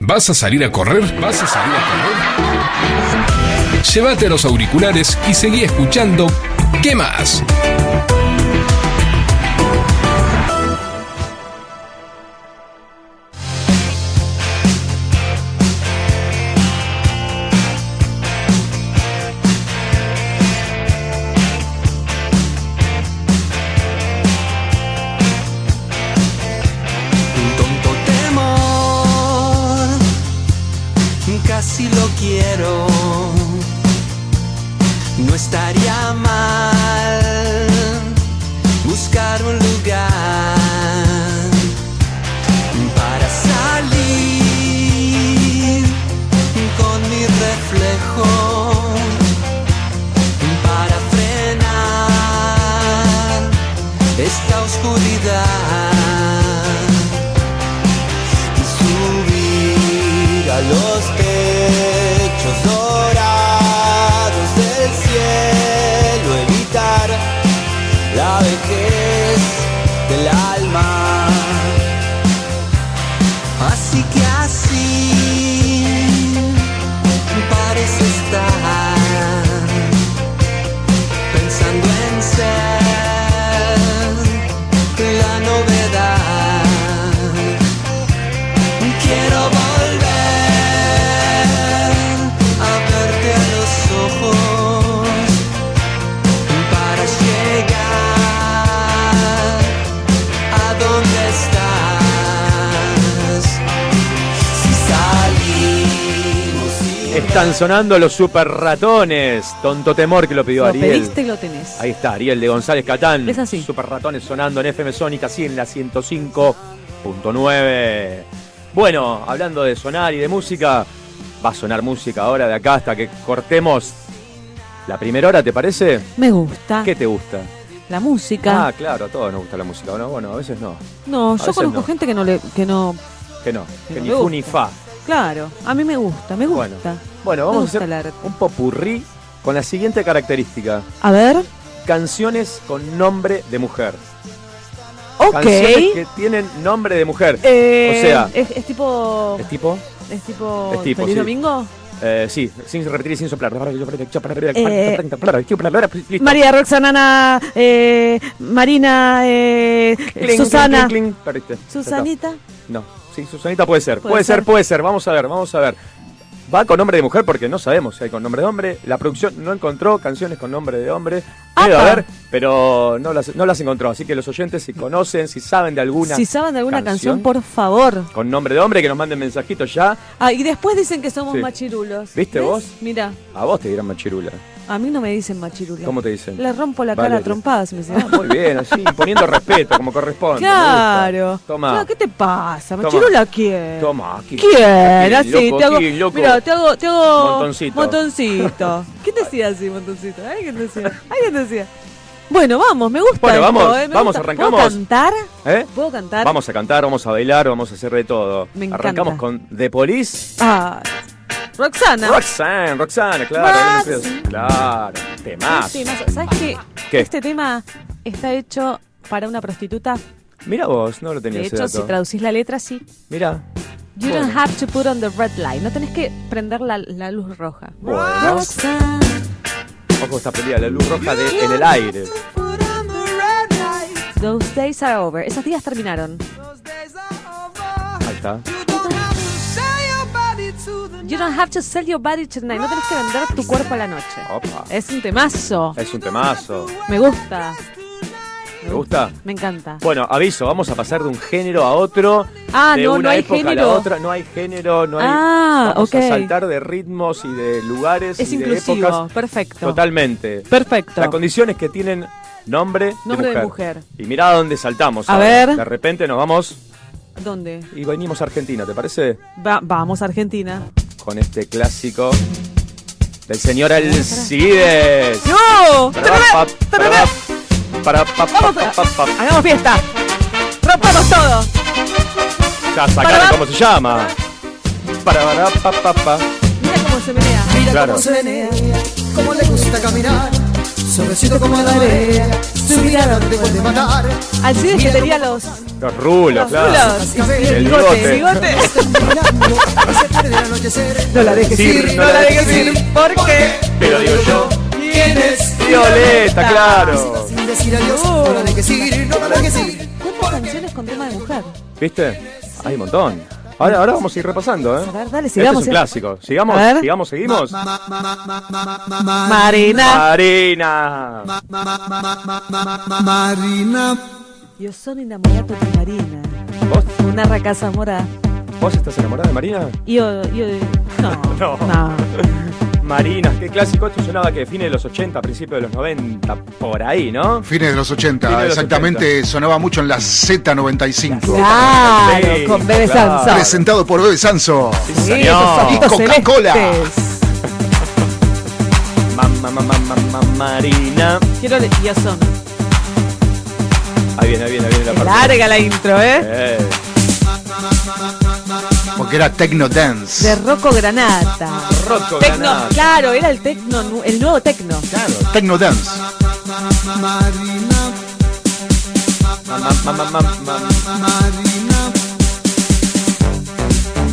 ¿Vas a salir a correr? ¿Vas a salir a correr? Llévate los auriculares y seguí escuchando ¿Qué más? Un tonto temor, casi lo quiero. No estaría mal buscar un lugar para salir con mi reflejo. Para frenar esta oscuridad y subir a los techos dorados del cielo, evitar la vejez del alma. Así que así parece estar pensando en ser la novedad. Quiero volver a verte a los ojos para llegar a donde estás. Si salimos y Están sonando los super ratones. Tonto temor que lo pidió Lo Ariel. pediste y lo tenés. Ahí está, Ariel de González Catán. Es así. Super ratones sonando en FM Sónica, así en la 105.9. Bueno, hablando de sonar y de música, va a sonar música ahora de acá hasta que cortemos la primera hora, ¿te parece? Me gusta. ¿Qué te gusta? La música. Ah, claro, a todos nos gusta la música. Bueno, bueno a veces no. no, a yo veces conozco no. gente que no le, que no. Que no, que no ni me fu gusta. ni fa. Claro, a mí me gusta, me gusta. Bueno, Me vamos a gusta hacer el arte. un popurrí con la siguiente característica. A ver, Canciones con nombre de mujer. ok. Canciones que tienen nombre de mujer. Eh, o sea, es, es tipo. es tipo... Es tipo. Es tipo, ¿Feliz sí. domingo? Eh, sí, sin repetir y sin soplar. Eh, pues, María Roxanana, eh, Marina, eh, Susana. Perdiste. Ya está. Susanita. No, sí, Susanita puede ser. Puede Puede, ser, ser. puede ser. Vamos a ver, vamos a ver. Va con nombre de mujer porque no sabemos si hay con nombre de hombre. La producción no encontró canciones con nombre de hombre. Debe Apa. haber, pero no las, no las encontró. Así que los oyentes, si conocen, si saben de alguna. Si saben de alguna canción, por favor. Con nombre de hombre, que nos manden mensajitos ya. Ah, y después dicen que somos Sí. machirulos. ¿Viste vos? Mira, A vos te dirán machirula. a mí no me dicen machirula. ¿Cómo te dicen? Le rompo la cara Vale, a trompadas. Me dicen. Ah, Muy bien, así, poniendo respeto, como corresponde. me gusta. Claro. Toma. Claro, ¿Qué te pasa? Toma. ¿Machirula quién? Toma, aquí. ¿Quién? Aquí, Así, loco, te hago. aquí, loco. Mira, te hago. Te hago Montoncito. Montoncito. ¿Quién decía así, montoncito? ¿Ay, quién decía? ¿Ay, quién decía? Bueno, vamos, me gusta. Bueno, esto, vamos, eh, me vamos, gusta. arrancamos. ¿Puedo cantar? ¿Eh? ¿Puedo cantar? Vamos a cantar, vamos a bailar, vamos a hacer de todo. Me encanta. Arrancamos con The Police. Ah, Roxana. Roxanne, Roxanne, claro. no me olvides. Claro, Un temás. temazo. ¿Sabes qué? ¿Qué? Este tema está hecho para una prostituta. Mira vos, no lo tenía De ese hecho, dato. si traducís la letra, sí. Mira, You don't have to put on the red light. No tenés que prender la, la luz roja. Bueno. Roxanne. ojo esta pelea, la luz roja de, en el aire. Those days are over. Esos días terminaron. Ahí está. You don't have to sell your body tonight. No tenés que vender tu cuerpo a la noche. Opa. Es un temazo. Es un temazo. Me gusta. ¿Te gusta? Me encanta. Bueno, aviso, vamos a pasar de un género a otro. Ah, de no, una no hay época a género. la otra. No hay género, no hay. Ah, vamos ok. a saltar de ritmos y de lugares Es y de inclusivo. épocas. Perfecto. Totalmente. Perfecto. La condición es que tienen nombre, Nombre de, mujer. de mujer. Y mirá a dónde saltamos. A ahora. ver. De repente nos vamos ¿Dónde? Y venimos a Argentina, ¿te parece? Va- vamos a Argentina. Con este clásico del señor Alcides. ¡No! Para, para, para, para, Vamos para, para, para. ¡Hagamos fiesta! ¡Rompamos todo! Ya sacaron cómo se llama. Para, para, pa, pa, pa. Mira cómo se menea. Mira Claro. cómo se menea, cómo le gusta caminar, suavecito como la marea, su mirada te puede matar. Alcides que tenía los Los rulos, Los claro. rulos. Y El El bigote, bigote. bigote. No la dejes ir, ir, no la dejes ir, porque Te lo digo yo. tienes Violeta, claro. Sin decir adiós, no la dejes ir, no la dejes ir. ¿Cuántas Uh. canciones con tema de mujer? ¿Viste? Hay un montón. Ahora, ahora vamos a ir repasando, ¿eh? A ver, dale, Este sigamos, es un eh. clásico. Sigamos, A ver. sigamos, seguimos. Marina. Marina. Marina. Yo soy enamorado de Marina. ¿Vos, Una oh, racaza mora. ¿Vos estás enamorada de Marina? Yo, yo, no. No. No. Marina, qué clásico. Esto sonaba que fines de los 80, principios de los 90, por ahí, ¿no? Fines de los 80, Fines de los exactamente, sonaba mucho en la Z95. Claro, con Bebe Claro. Sanso. Presentado por Bebe Sanso. Sí, esos y ojitos Coca-Cola. celestes. Mamá, mamá, mamá, Marina. Quiero de yo son. Ahí viene, ahí viene, ahí viene la parte. Larga la intro, ¿eh? Eh, Porque era techno dance. De Rocco Granata. Rocco Tecno, Granata. claro, era el tecno, nu- el nuevo tecno. Claro. Techno dance. mamá, mamá, mamá, mamá.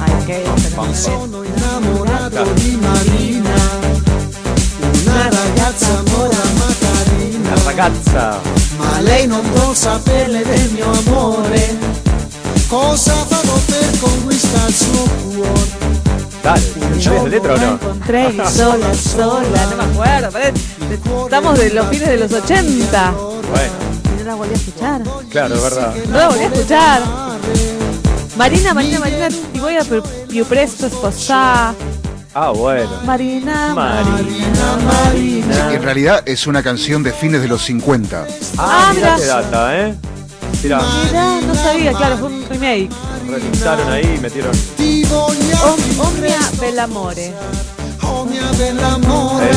Ay, qué Sono innamorato di Marina, una ragazza mora Macarina. La ragazza. Ma lei non può saperle del mio amore, cosa farò per conquistare il suo cuore? Dale, ¿sabías la letra o no? Tres sola, sola, no me acuerdo. parece- Estamos de los fines de los 80. Bueno, Y no la volví a escuchar. claro, es verdad. No la volví a escuchar. Marina, Marina, Marina, ti voy a più più presto esposar. Ah, bueno. Marina, Marina, Que en Marina. realidad es una canción de fines de los 50. Ah, mirá Abra. qué data, ¿eh? Mirá, Marina, no sabía, claro, fue un remake. revisaron ahí y metieron. Ti voglio Omnia Bellamore. Oh mia bella amore, Eh.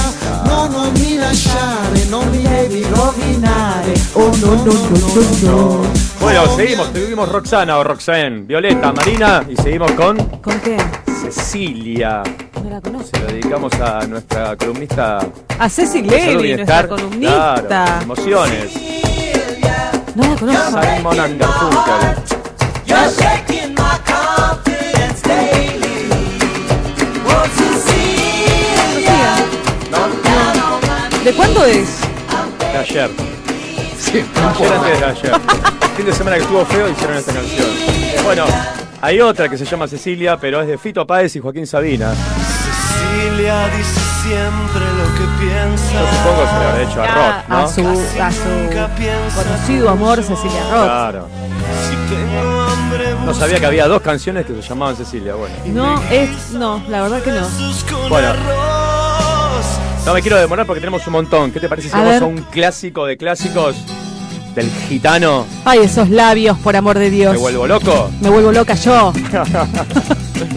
no, non mi lasciare, non mi devi rovinare. Oh no, no, no, no, no. Bueno, seguimos, tuvimos Roxana o Roxanne, Violeta, Marina y seguimos con ¿Con qué? Cecilia. No la conozco. Se lo dedicamos a nuestra columnista A Ceci de Salud Levy, nuestra Bienestar. columnista. Claro, emociones. No la conozco. Simon and Garfunkel. You're shaking my confidence daily. Want to see ya. ¿De cuándo es? De ayer. Sí, Ayer antes de ayer. El fin de semana que estuvo feo hicieron esta canción. Bueno, hay otra que se llama Cecilia, pero es de Fito Páez y Joaquín Sabina. Cecilia dice siempre lo que piensa. Yo supongo que se lo habrá hecho a Rock, A ¿no? su, a su conocido amor Cecilia Roth. Claro. No sabía que había dos canciones que se llamaban Cecilia, bueno. No, es, no, la verdad que no. Bueno. No me quiero demorar porque tenemos un montón. ¿Qué te parece si A vamos ver. a un clásico de clásicos del gitano? Ay, esos labios, por amor de Dios. ¿Me vuelvo loco? Me vuelvo loca yo.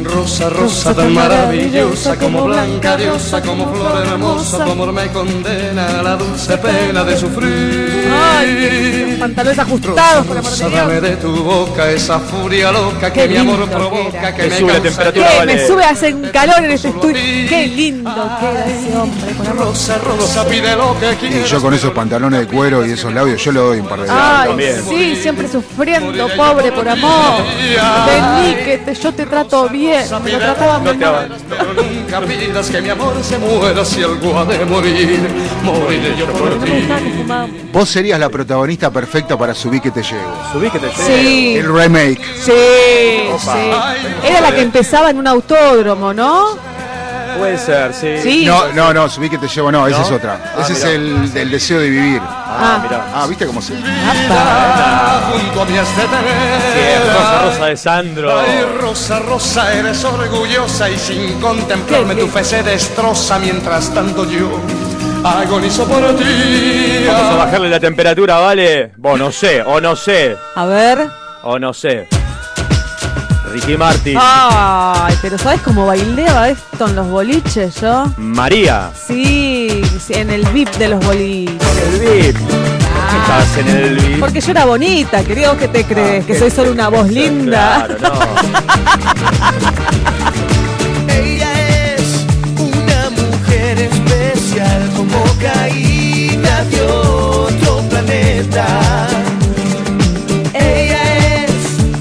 Rosa, rosa tan maravillosa como blanca diosa, como flor hermosa, tu amor me condena a la dulce pena de sufrir. Ay, pantalones Rosa, ajustados, por amor rosa, de dame Dios. de tu boca esa furia loca que Qué mi amor lindo que provoca, era. que Me me sube la causa temperatura, Que llorar. me sube, hace un calor en este estudio. Qué lindo queda ese hombre, por amor. Rosa, rosa, pide lo que Y quieras. yo con esos pantalones de cuero y esos labios, yo le doy un par de Ay, Ah, También. sí, siempre sufriendo, pobre, por amor. Vení, que te- yo te trato bien. Me lo trataba muy No te mal. abandono. Pero nunca pidas que mi amor se muera si algo ha de morir. Moriré yo por No me ti. gustaba que fumaba. Vos serías la protagonista perfecta para Subí que te llevo. Subí que te llevo. Sí, El remake. sí, sí. Era la que empezaba en un autódromo, ¿no? Puede ser, sí. Sí. No, no, no, Subí que te llevo, no, esa ¿No? es otra. Ah, Ese es mirá. el del deseo de vivir. Ah, Ah. mirá. Ah, ¿viste cómo se.? Junto a mi has de Sí, tener. Rosa Rosa de Sandro. Ay, Rosa, Rosa, eres orgullosa y sin contemplarme ¿Qué? tu fe se destroza mientras tanto yo agonizo por ti. Vamos a bajarle la temperatura, ¿vale? Vos no sé, o no sé, A ver. o no sé. Ricky Martin. Ah. Ay, pero ¿sabes cómo bailaba esto en los boliches yo? Mm. María. Sí, sí, en el VIP de los boliches. El VIP. Ah. Estás en el VIP. Porque yo era bonita, querido, ¿qué te crees? que soy solo una voz linda. Ah, Claro, no. Ella es una mujer especial como caída de otro planeta. Ella es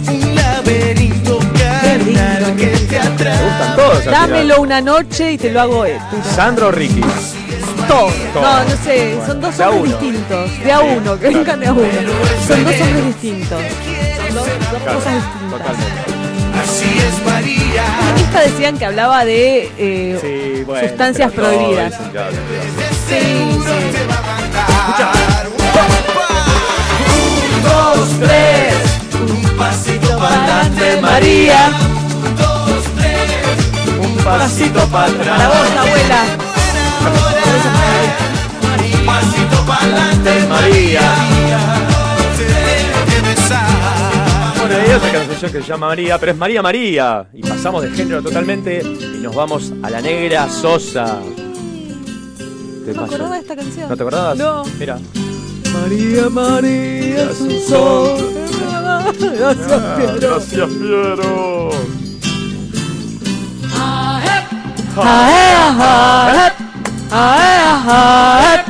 un laberinto carnal que te atrapa. Todos al Dámelo una noche y te lo hago esto. final. Sandro Ricky. Todo. Todo. No, no sé, son dos de a hombres uno. distintos. De a uno, que nunca de a uno. Son dos hombres distintos. Son dos, dos Claro, cosas distintas. Totalmente. Así es María. En esta decían que hablaba de eh, Sí, bueno, sustancias pero no, prohibidas. es- claro, claro. Un, dos, tres. Un pasito para adelante, María. Un, dos, tres. Un pasito para atrás. Para vos, abuela. Un pasito para adelante, María. Te debe besar. Bueno, hay otra canción que se llama María, pero es María María. Y pasamos de género totalmente y nos vamos a la negra Sosa. ¿Te ¿No acordás de esta canción? ¿No te acordabas? No. Mira. María, María, es un sol. Gracias, Piero. Gracias, Piero. Ae, ae, ae, ae,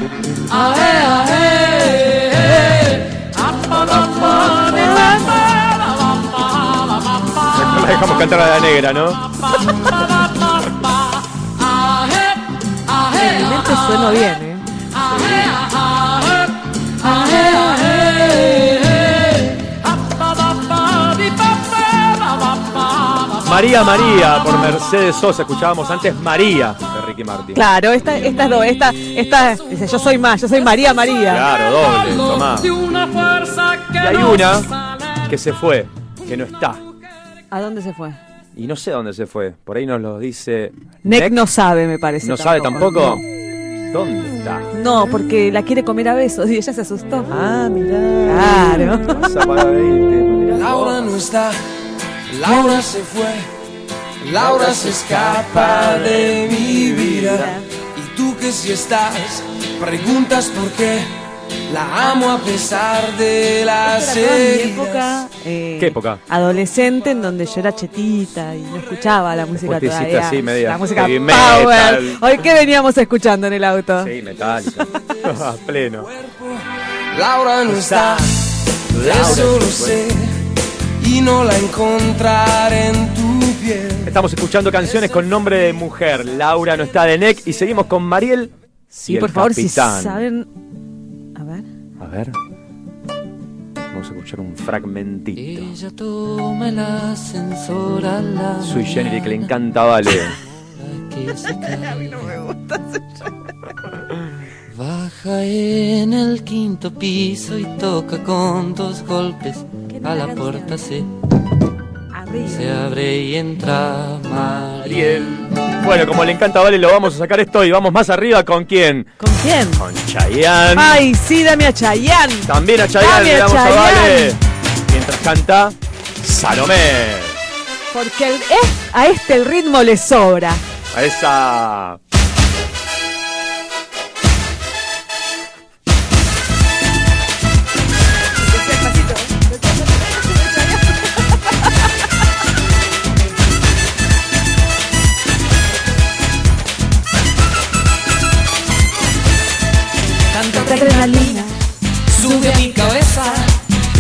ae, ae. La dejamos cantar a la negra, ¿no? Realmente sueno bien, ¿eh? María María por Mercedes Sosa. Escuchábamos antes María de Ricky Martin. Claro, esta, estas dos, esta, esta, dice, yo soy más, yo soy María María. Claro, doble, tomá. De una fuerza que Y hay una que se fue, que no está. ¿A dónde se fue? Y no sé dónde se fue. Por ahí nos lo dice. Nick no sabe, me parece. ¿No sabe tampoco? ¿Dónde está? No, porque la quiere comer a besos y ella se asustó. Ah, mirá. Claro. Pasa para veinte, mirá. Laura no está, Laura se fue, Laura se escapa de mi vida. Y tú que si estás, preguntas por qué la amo a pesar de las Esta era toda mi heridas. Eh, ¿Qué época? Adolescente en donde yo era chetita y no escuchaba la música Después te hiciste todavía. así, media la música heavy power. metal. Hoy qué veníamos escuchando en el auto. Sí, metálica. A pleno. Laura no está, Laura eso lo se fue. sé, y no la encontraré en tu piel. Estamos escuchando canciones con nombre de mujer. Laura no está de Neck y seguimos con Mariel. Sí, y el por favor, capitán. si saben. A ver. A ver. Vamos a escuchar un fragmentito. Ella toma el ascensor a la Sui Generis que le encanta a Vale. que se cae. Baja en el quinto piso y toca con dos golpes. A la puerta se, se abre y entra Mariel. Bueno, como le encanta a Vale, lo vamos a sacar esto y vamos más arriba con quién? ¿Con quién? Con Chayanne. Ay, sí, dame a Chayanne. También a Chayanne Dame le a damos a Vale. Chayanne. Mientras canta Salomé. Porque el- es- a este el ritmo le sobra. eh. A esa. Tanta adrenalina sube a mi cabeza.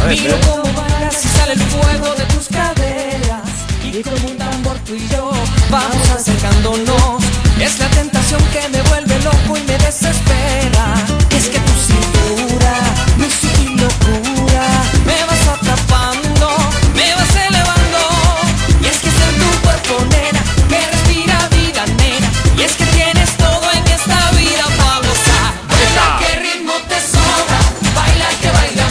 Miro cómo bailas y sale el fuego de tus caderas. Y como un tambor tú y yo vamos acercándonos. Es la tentación que me vuelve loco y me desespera. Es que tu cintura me sube locura. Me vas atrapando, me vas elevando. Y es que es en tu cuerpo, nena, que respira vida, nena. Y es que tienes todo en esta vida, Pablo Sá. Baila que ritmo te sobra, baila que baila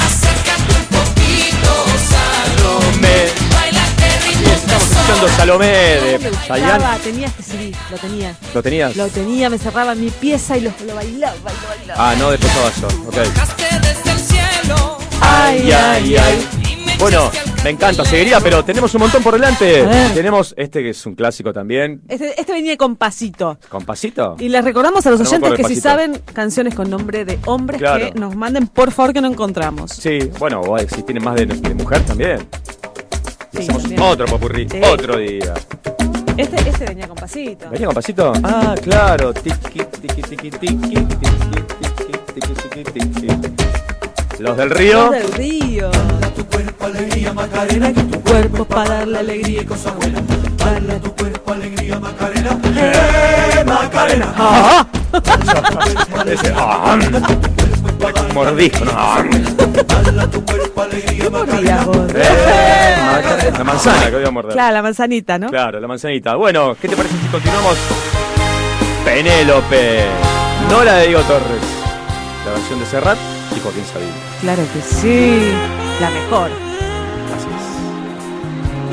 Acércate un poquito, Salomé. Baila que ritmo te Estamos escuchando Salomé de Chayanne. Estaba, tenía este CD, lo tenía. ¿Lo tenías? Lo tenía, me cerraba en mi pieza y lo, lo bailaba, y lo bailaba. Ah, no, después abajo. Ok. desde el cielo. Ay, ay, ay. Y me Bueno, me encanta, seguiría, pero tenemos un montón por delante. A ver. Tenemos este que es un clásico también. Este, este venía con pasito. ¿Con pasito? Y les recordamos a los No me oyentes acuerdo que el si pasito. saben canciones con nombre de hombres Claro. que nos manden, por favor, que no encontramos. Sí, bueno, o hay- si tienen más de, de mujer también. Sí, Hacemos también. otro popurrí, Sí. otro día. Este, este venía con pasito. ¿Venía con pasito? Ah, claro. Tiki, tiki, tiki, tiki, tiki, tiki, tiki, tiki, tiki. Los del río. Del río. tu cuerpo alegría Macarena que tu cuerpo es para darle alegría y cosas buenas Baila tu cuerpo alegría Macarena ¡Eh, Macarena! Ah. Ese, ah, mm. Mordisco, ¿no? Ah, mm. Eh, Macarena, La manzana que voy a morder. Claro, la manzanita, ¿no? Claro, la manzanita. Bueno, ¿qué te parece si continuamos? Penélope. No la de Diego Torres. La versión de Serrat y Joaquín Sabina. Claro que sí. La mejor. Así es.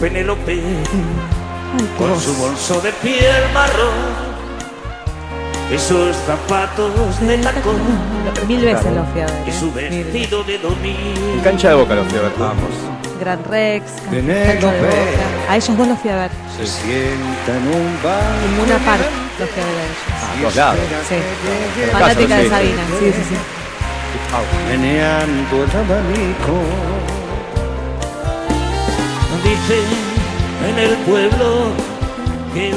Penélope qué con voz. su bolso de piel marrón esos zapatos de tacón Mil veces lo fui a ver. y ¿eh? su Mil veces. vestido de En dormir cancha de boca los fui a ver. Vamos. Gran Rex. Penélope. Cancha de Boca. A ellos dos los fui a ver. se sienta en un bar En una parte los fui a ver a ellos. A los lados. Sí. En casa, Fanática de sí. Sabina. Sí, sí, sí. meneando el abanico. Dicen en el pueblo que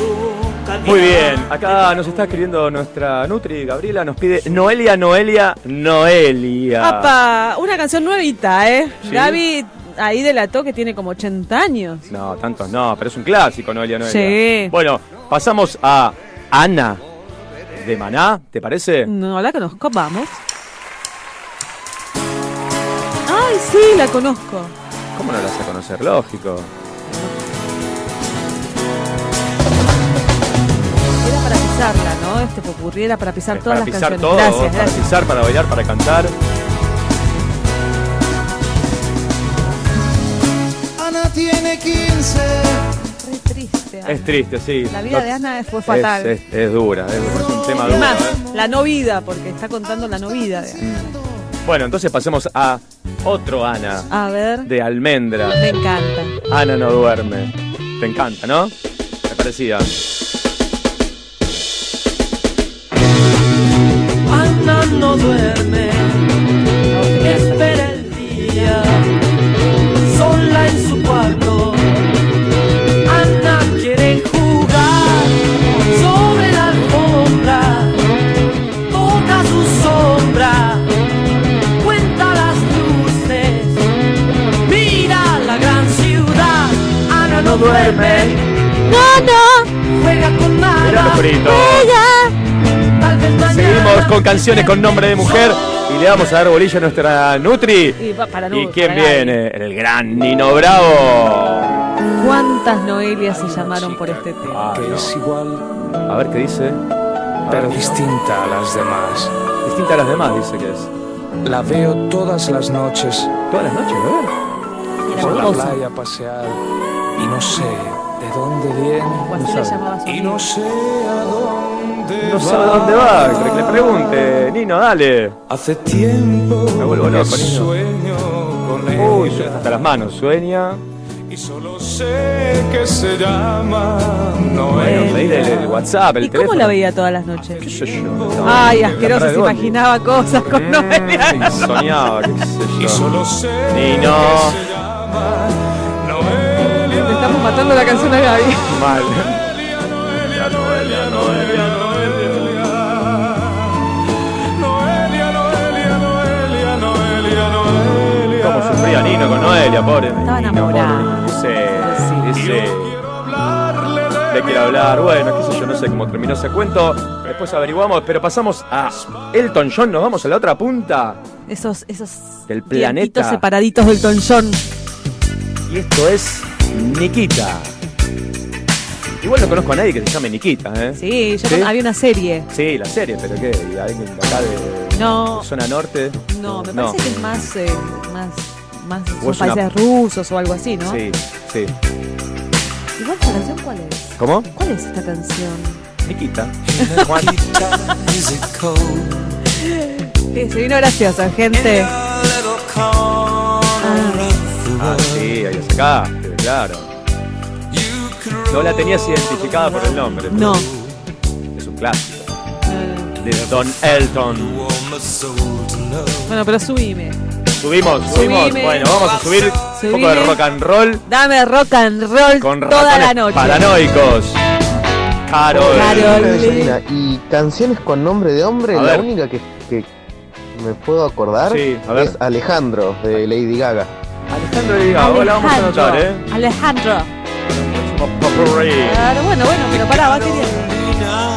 un Muy bien, acá nos está escribiendo nuestra Nutri, Gabriela, nos pide Noelia, Noelia, Noelia. ¡Apa! Ah. Una canción nuevita, ¿eh? Sí. David ahí delató que tiene como 80 años. No, tantos no, pero es un clásico, Noelia, Noelia. Sí. Bueno, pasamos a Ana de Maná, ¿te parece? No, la conozco, vamos. Ay, sí, la conozco. ¿Cómo no la vas a conocer? Lógico. Era para pisarla, ¿no? Este popurrí era para pisar todas para las pisar canciones. todo, gracias, para gracias. pisar, para bailar, para cantar. Ana tiene 15. Es triste, sí. La vida No- de Ana fue fatal. Es, es- es dura, es, es un tema Es duro. más, ¿eh? la no vida, porque está contando la no vida. de- Bueno, entonces pasemos a otro Ana, A ver, de Almendra. me encanta. Ana no duerme. Te encanta, ¿no? Me parecía. Ana no duerme, espera el día, sola en su cuarto. Ana quiere jugar sobre la alfombra, toca su sombra, cuenta las luces, mira la gran ciudad. Ana no duerme, no, no, juega con Mirá nada. los fritos. Tal vez Seguimos con canciones con nombre de mujer y le vamos a dar bolilla a nuestra Nutri. Y va para ¿Y nu- quién para Gaby. viene? El gran Nino Bravo. ¿Cuántas Noelias se llamaron por este tema? Ah, no. Es igual, A ver qué dice. pero distinta a las demás. Distinta a las demás, dice que es. La veo todas las noches. Todas las noches, ¿no? Por la hermosa. playa a pasear. Y no sé de dónde viene. Así le llamaba su Y no sé a dónde No sabe dónde va, que le pregunte. Ah. Nino, dale. Hace tiempo Me vuelvo que loco, Nino. sueño con Uy, ella. hasta las manos, sueña. Y solo sé que se llama Bueno, Noelia. pedir el, el WhatsApp, el ¿Y teléfono. cómo la veía todas las noches? ¿Qué sé yo? Ay, La asqueroso, se radio. imaginaba cosas con Noelia. Mm, Soñaba, qué sé Y yo. solo sé Nino. que se llama Noelia. Le estamos matando la canción a Gaby. Mal. Cómo sufría Nino con Noelia, pobre. Estaba Nino, pobre. enamorado. Dice, dice, le quiero hablar. Bueno, qué sé yo, no sé cómo terminó ese cuento. Después averiguamos, pero pasamos a Elton John. Nos vamos a la otra punta Esos, esos del dientitos planeta. separaditos del tonchón. Y esto es Nikita. Igual no conozco a nadie que se llame Nikita, ¿eh? Sí, yo ¿Sí? con- había una serie. Sí, la serie, pero ¿qué? ¿Y ¿Alguien de acá de, No, de zona norte? no, me No. parece que es más, eh, más, más Vos son una- países rusos o algo así, ¿no? Sí, sí. Igual esta canción, ¿cuál es? ¿Cómo? ¿Cuál es esta canción? Nikita. Juan. Sí, se vino graciosa, gente. Ah, sí, ahí la sacaste, claro. No la tenías identificada por el nombre. pero No. Eh. Es un clásico. De Don Elton. Bueno, pero subime. Subimos, subimos. Subime. Bueno, vamos a subir un poco de Subime. rock and roll Dame rock and roll con toda la ratones noche. paranoicos. Carol. Carolina, Y canciones con nombre de hombre, A la ver. única que, que me puedo acordar Sí, a ver. es Alejandro de Lady Gaga. Alejandro y Gago, la vamos a Alejandro. anotar, ¿eh? Alejandro. Popurrí. Claro, bueno, bueno, pero pará, va queriendo.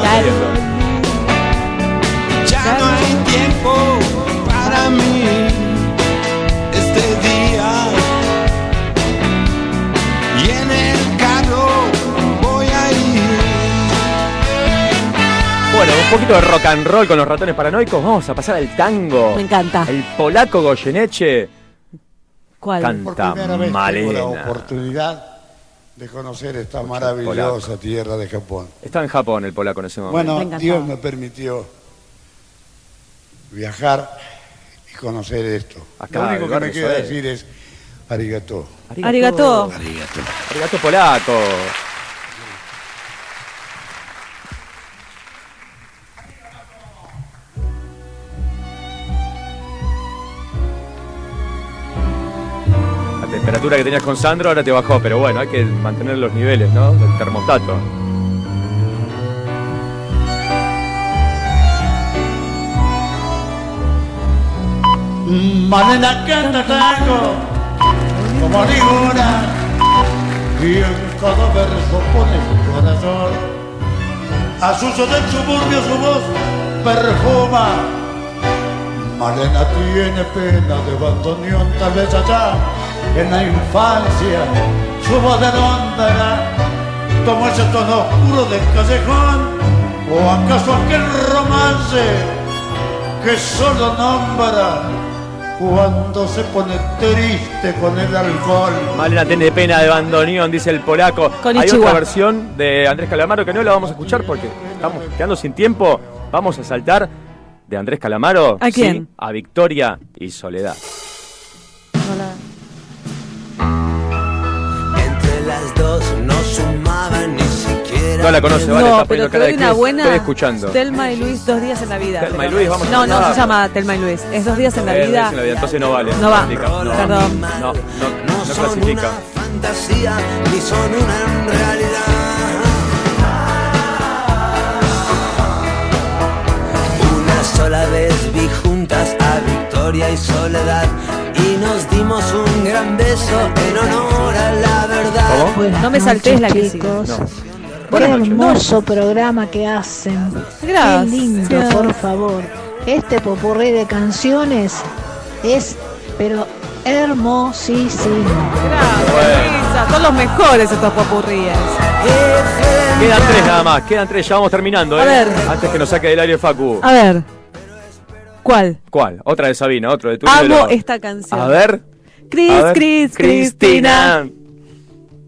Claro. Ya no hay tiempo para mí este día. Y en el carro voy a ir. Bueno, un poquito de rock and roll con los ratones paranoicos. Vamos a pasar al tango. Me encanta. El polaco Goyeneche ¿Cuál? canta primera vez tengo la Malena. oportunidad de conocer esta maravillosa polaco. tierra de Japón. Está en Japón el polaco en ese momento. Bueno, Dios me permitió viajar y conocer esto. Acá, Lo el único que barrio me queda Sodero. decir es arigato. Arigato. Arigato polaco. La temperatura que tenías con Sandro ahora te bajó, pero bueno, hay que mantener los niveles, ¿no? Del termostato. Malena canta tango como ninguna y en cada verso pone su corazón. A su del suburbio su voz perfuma. Malena tiene pena de bandoneón, tal vez allá en la infancia su voz de era tomó ese tono oscuro del callejón o acaso aquel romance que solo nombra cuando se pone triste con el alcohol. Malena tiene pena de bandoneón, dice el polaco. Con Hay Ichiwa. otra versión de Andrés Calamaro que no la vamos a escuchar porque estamos quedando sin tiempo. Vamos a saltar de Andrés Calamaro ¿A sí, quién? a Victoria y Soledad. Entre las dos no sumaban ni siquiera. No la conoce, vale, no, está pero poniendo creo cara de que una cruz. buena. Estoy escuchando. Telma y Luis, dos días en la vida. Telma y Pero- Luis, vamos a No, no escuchar. se llama Telma y Luis. Es dos días en la Eh, vida. dice la vida, Entonces no vale. No va. clasifica. No, Perdón. No, no, no clasifica. fantasía ni son una en realidad. Una sola vez vi juntas a Victoria y Soledad y nos dimos un gran beso en honor a la verdad. No me saltes la que sigue. Qué hermoso programa que hacen. Gracias. Qué lindo, por favor. Este popurrí de canciones es, pero hermosísimo. Risa, Son los mejores estos popurríes. Quedan tres nada más, quedan tres, ya vamos terminando. A eh. ver. Antes que nos saque del aire Facu. A ver. ¿Cuál? ¿Cuál? Otra de Sabina, otro de tu Amo ídolo. esta canción. A ver. Cris, a ver. Cris, Cristina.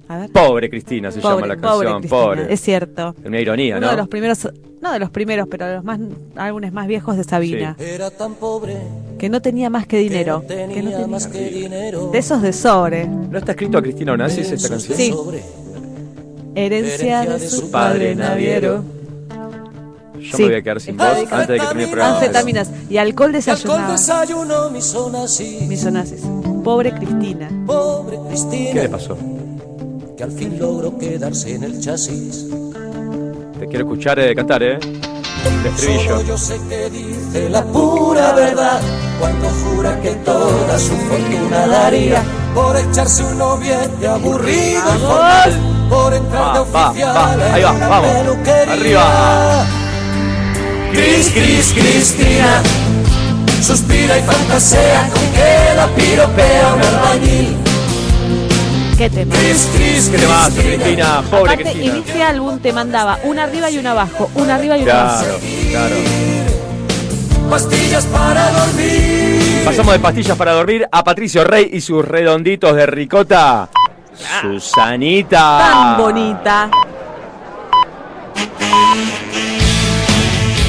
A ver. Pobre Cristina se llama Pobre, la pobre canción, Cristina, pobre. es cierto. Una ironía, Uno ¿no? de los primeros, no de los primeros, pero de los más álbumes más viejos de Sabina. Era tan pobre, Que no tenía más que dinero. tenía, Que no tenía- más que dinero. de esos de sobre. ¿No está escrito a Cristina Onassis esta canción? Sí. Herencia de su padre naviero. Yo Sí. me voy a quedar sin voz antes de que termine el programa. Anfetaminas y alcohol Con desayunado. desayuno mis zonas y Misonasis. Pobre Cristina. pobre Cristina. ¿Qué le pasó? que al fin logró quedarse en el chasis. Te quiero escuchar eh, cantar, ¿eh? El estribillo. Yo sé que dice la pura verdad cuando jura que toda su fortuna daría por echarse un noviete aburrido y formal, por entrar de Ah. Va, va, oficial va. Ahí va, en una vamos. peluquería. Arriba. Cris, Cris, Cristina suspira y fantasea con que la piropea un albañil. ¿Qué tema? Cris, Cris, ¿Qué te vas, Cristina? Pobre Aparte, en Cristina. este álbum te mandaba una arriba y una abajo, una arriba y una abajo. Claro, claro. pastillas para dormir. Pasamos de pastillas para dormir a Patricio Rey y sus redonditos de ricota. Ah. Susanita. Ah. Tan bonita.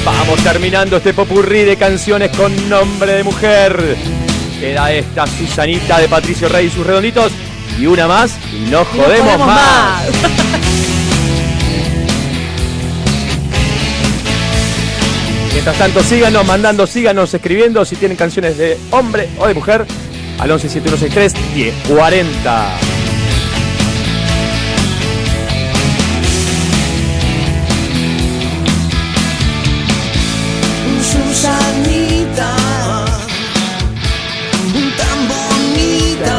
Vamos Vamos terminando este popurrí de canciones con nombre de mujer. Queda esta Susanita de Patricio Rey y sus redonditos. Y una más y no No jodemos, más. Mientras tanto, síganos mandando, síganos escribiendo si tienen canciones de hombre o de mujer al 117163 1040. Susanita, tan bonita,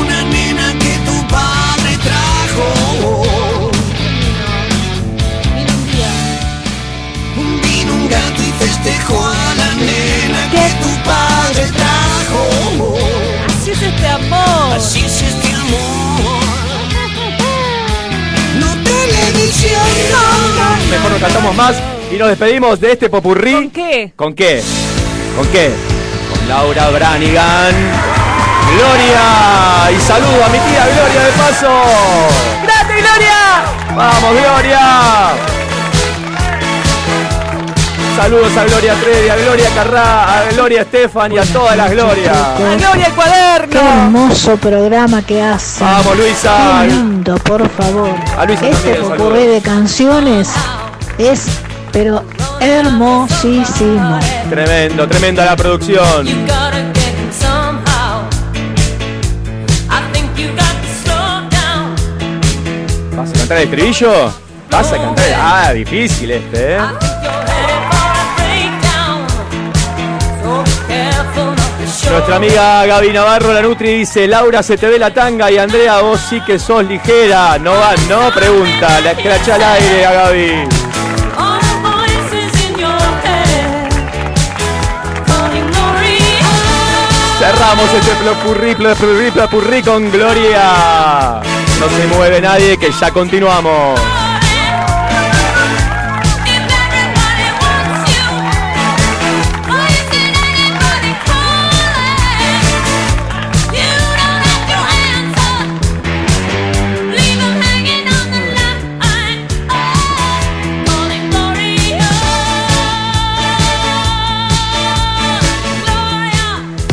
una nena que tu padre trajo. Vino un gato y festejó a la nena que tu padre trajo. Así es este amor. Así es este amor. No televisión, no, no, no. Mejor no cantamos más y nos despedimos de este popurrí. ¿Con qué? ¿Con qué? ¿Con qué? Con Laura Branigan. Gloria. Y saludo a mi tía Gloria de paso. ¡Grande Gloria! ¡Vamos, Gloria! Saludos a Gloria Trevi, a Gloria Carrá, a Gloria Estefan y a todas las glorias. Gloria el cuaderno! Qué hermoso programa que hace. Vamos, Luisa. Qué lindo, por favor. A Luisa este también, popurrí saludos. de canciones es, pero hermosísimo. Tremendo, tremenda la producción. You gotta get it somehow. I think you got to slow down. ¿Vas a cantar el estribillo? ¿Vas a cantar? el- Ah, difícil este, ¿eh? So careful not to show. Nuestra amiga Gaby Navarro, la Nutri, dice, Laura, se te ve la tanga y Andrea, vos sí que sos ligera. No va, no, pregunta. La escracha al aire a Gaby. All the voices in your head. Calling Gloria. Cerramos este plopurrí, plopurrí, plopurrí con Gloria. No se mueve nadie, que ya continuamos. 'em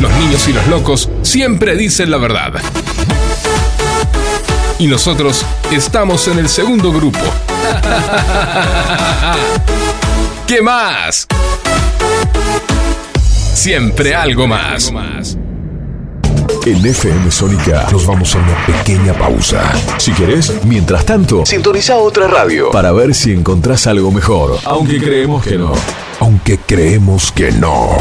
Oh, Los niños y los locos siempre dicen la verdad. Y nosotros estamos en el segundo grupo. ¿Qué más? Siempre algo más. En FM Sónica nos vamos a una pequeña pausa. Si querés, mientras tanto, sintoniza otra radio para ver si encontrás algo mejor. Aunque creemos que no. Aunque creemos que no.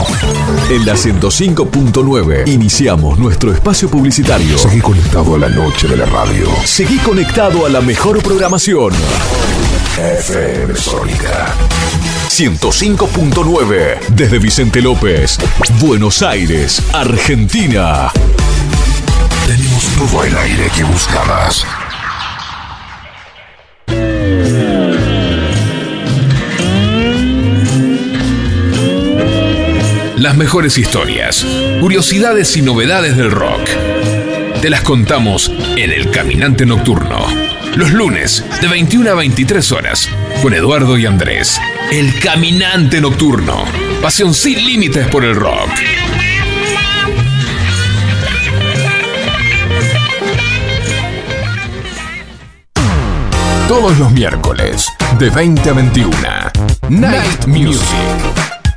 En la 105.9 iniciamos nuestro espacio publicitario. Seguí conectado a la noche de la radio. Seguí conectado a la mejor programación. FM Sónica. 105.9 desde Vicente López, Buenos Aires, Argentina. Tenemos todo el aire que buscabas. Las mejores historias, curiosidades y novedades del rock. Te las contamos en El Caminante Nocturno. Los lunes, de 21 a 23 horas, con Eduardo y Andrés. El Caminante Nocturno. Pasión sin límites por el rock. Todos los miércoles, de 20 a 21. Night Music.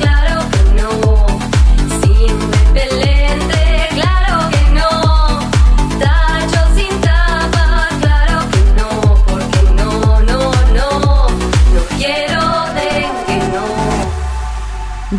Claro que no, sin repelente, claro que no, tacho sin tapa, claro que no, porque no, no, no, no quiero de que no.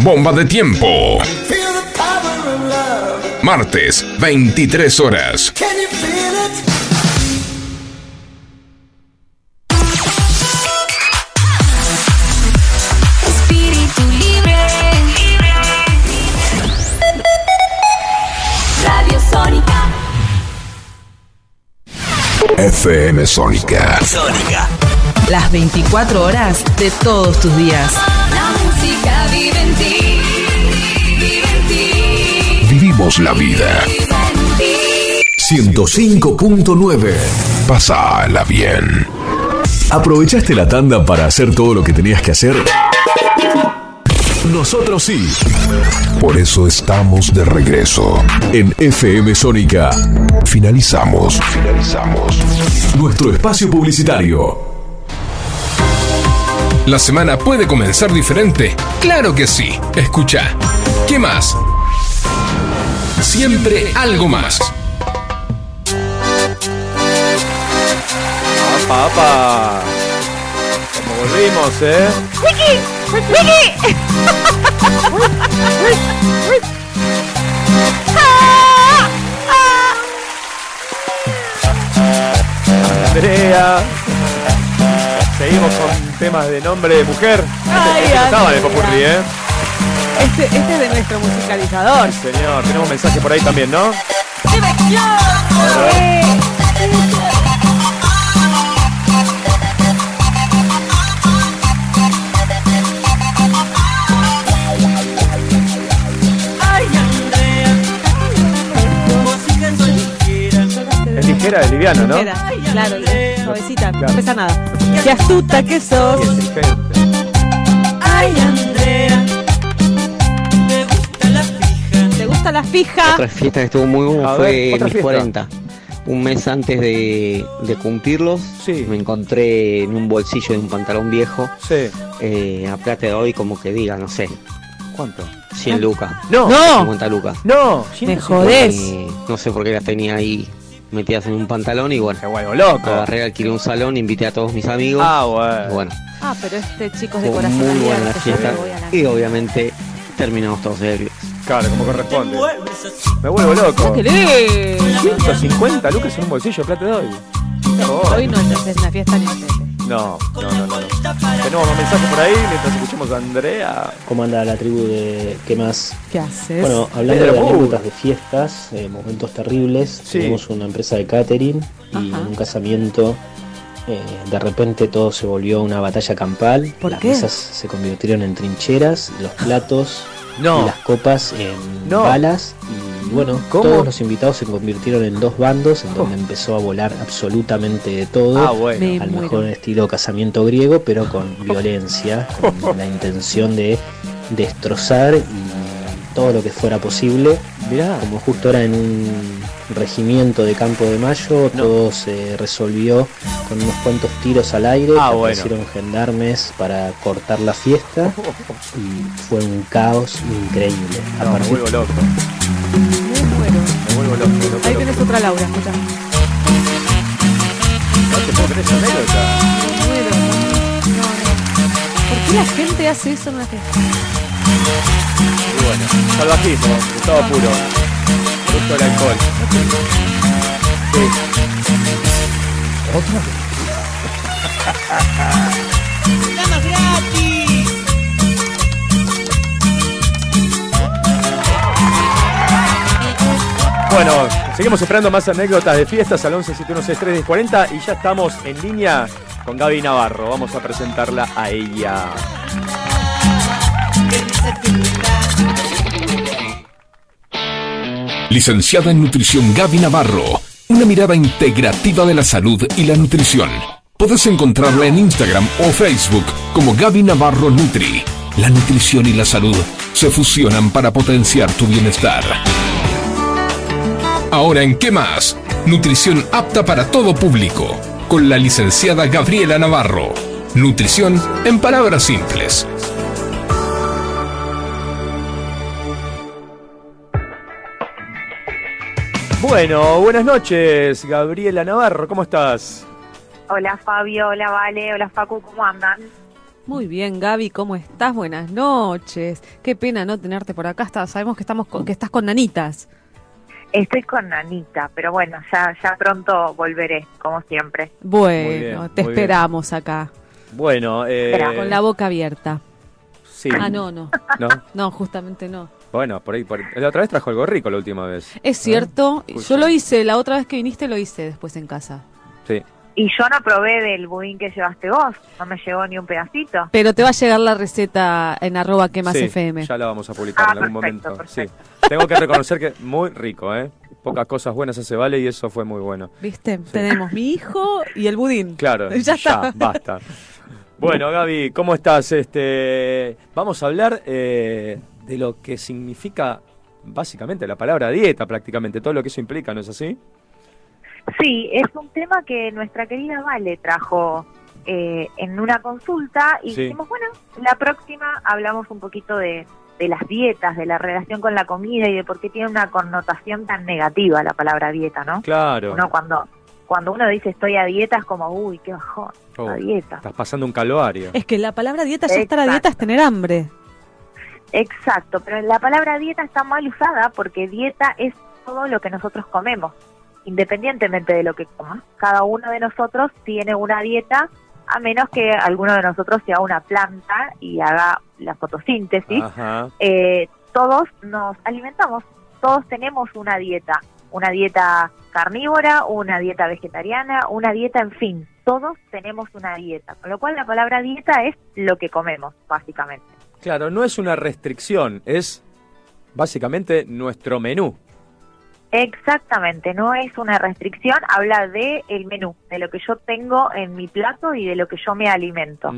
Bomba de tiempo. Martes, 23 horas. Espíritu libre. Radio Sónica. FM Sónica. Sónica. Las 24 horas de todos tus días. La música vive en ti. Vive en ti. Vivimos la vida. 105.9. Pásala bien. ¿Aprovechaste la tanda para hacer todo lo que tenías que hacer? Nosotros sí. Por eso estamos de regreso. En FM Sónica, Finalizamos. Finalizamos. nuestro espacio publicitario. La semana puede comenzar diferente. Claro que sí. Escucha. ¿Qué más? Siempre algo más. Apa, apa. Como volvimos, ¿eh? ¡Wiki! ¡Wiki! Andrea. Seguimos con temas de nombre de mujer. Ay, Este estaba de Andrea. Popurrí, ¿eh? Este, este es de nuestro musicalizador. Señor, tenemos mensaje por ahí también, ¿no? Ay, Es ligera, es liviana, ¿no? Ligera, Claro, suavecita, Claro. no pesa nada. Qué astuta que sos. Ay, Andrea. ¿Te gusta la fija? Otra fiesta que estuvo muy buena A fue ver, otra mis fiesta. 40. Un mes antes de, de cumplirlos, me encontré en un bolsillo de un pantalón viejo. eh, a plata de hoy, como que diga, no sé, ¿Cuánto? 100 lucas. No. No. 50 lucas. No, Me jodés. Eh, no sé por qué las tenía ahí metidas en un pantalón y bueno. loco. Agarré, alquilé un salón, invité a todos mis amigos. Ah, bueno. bueno, Ah, pero este chico es de fue corazón muy buena la abierto, yo fiesta. me voy a la- Y obviamente terminamos todos ebrios. Claro, como corresponde. Me vuelvo loco. ¡Sáquele! 150 lucas en un bolsillo de plata de hoy. Hoy no no es una fiesta ni un tete. No, no, no, no. no. Tenemos más mensajes por ahí mientras escuchamos a Andrea. ¿Cómo anda la tribu de qué más? ¿Qué haces? Bueno, hablando de Pedro Pau. anécdotas de fiestas, eh, momentos terribles, tenemos una empresa de catering y en un casamiento eh, de repente todo se volvió una batalla campal. ¿Por las qué? mesas se convirtieron en trincheras, los platos No. y las copas en No. balas. Y bueno, ¿Cómo? Oh. todos los invitados se convirtieron en dos bandos, en donde empezó a volar absolutamente de todo. Ah, bueno. Me Al muero. mejor estilo casamiento griego, pero con violencia, con la intención de destrozar y todo lo que fuera posible. Como justo era en un regimiento de Campo de Mayo, todo se resolvió con unos cuantos tiros al aire. Ah, que bueno. Aparecieron gendarmes para cortar la fiesta y fue un caos increíble. A No, me partir- vuelvo loco. Me vuelvo loco. loco, Ahí loco. tienes otra Laura, escucha. No te puedo creer esa anécdota. Me muero. No, no. ¿Por qué la gente hace eso en una fiesta? Y bueno, salvajismo, estado puro. Producto del alcohol. Sí. ¿Otra? ¡Damas gratis! Bueno, seguimos esperando más anécdotas de fiestas al 11 7163 40 y ya estamos en línea con Gaby Navarro. Vamos a presentarla a ella. Licenciada en Nutrición Gaby Navarro. Una mirada integrativa de la salud y la nutrición. Podés encontrarla en Instagram o Facebook como Gaby Navarro Nutri. La nutrición y la salud se fusionan para potenciar tu bienestar. Ahora en ¿Qué más? Nutrición apta para todo público. Con la licenciada Gabriela Navarro. Nutrición en palabras simples. Bueno, buenas noches, Gabriela Navarro, ¿cómo estás? Hola Fabio, hola Vale, hola Facu, ¿cómo andan? Muy bien, Gaby, ¿cómo estás? Buenas noches. Qué pena no tenerte por acá. Está- sabemos que estamos con- que estás con nanitas. Estoy con Nanita, pero bueno, ya, ya pronto volveré, como siempre. Bueno, bien, te muy esperamos acá, Bueno, eh, con la boca abierta. sí. Ah, no, no. No, No, justamente no. Bueno, por ahí, por ahí. La otra vez trajo algo rico la última vez. Es cierto, Escucha. yo lo hice, la otra vez que viniste lo hice después en casa. Sí. Y yo no probé del budín que llevaste vos, no me llegó ni un pedacito. Pero te va a llegar la receta en arroba que más Sí, FM. Ya la vamos a publicar en algún momento. Sí. Tengo que reconocer que muy rico, ¿eh? Pocas cosas buenas hace Vale y eso fue muy bueno. ¿Viste? Tenemos mi hijo y el budín. Claro, Ya está. basta. Bueno, Gaby, ¿cómo estás? Este, vamos a hablar eh, de lo que significa básicamente la palabra dieta, prácticamente, todo lo que eso implica, ¿no es así? Sí, es un tema que nuestra querida Vale trajo eh, en una consulta y Sí. dijimos, bueno, la próxima hablamos un poquito de, de las dietas, de la relación con la comida y de por qué tiene una connotación tan negativa la palabra dieta, ¿no? Claro. Uno cuando, cuando uno dice estoy a dieta es como, uy, qué bajón, Oh, a dieta. Estás pasando un calvario. Es que la palabra dieta, ya estar a dieta es tener hambre. Exacto, pero la palabra dieta está mal usada porque dieta es todo lo que nosotros comemos, independientemente de lo que comas. Cada uno de nosotros tiene una dieta, a menos que alguno de nosotros sea una planta y haga la Ah. fotosíntesis. Ajá. Eh, todos nos alimentamos, todos tenemos una dieta, una dieta carnívora, una dieta vegetariana, una dieta, en fin, todos tenemos una dieta, con lo cual la palabra dieta es lo que comemos, básicamente. Claro, no es una restricción, es básicamente nuestro menú. Exactamente, no es una restricción, habla de el menú, de lo que yo tengo en mi plato y de lo que yo me alimento.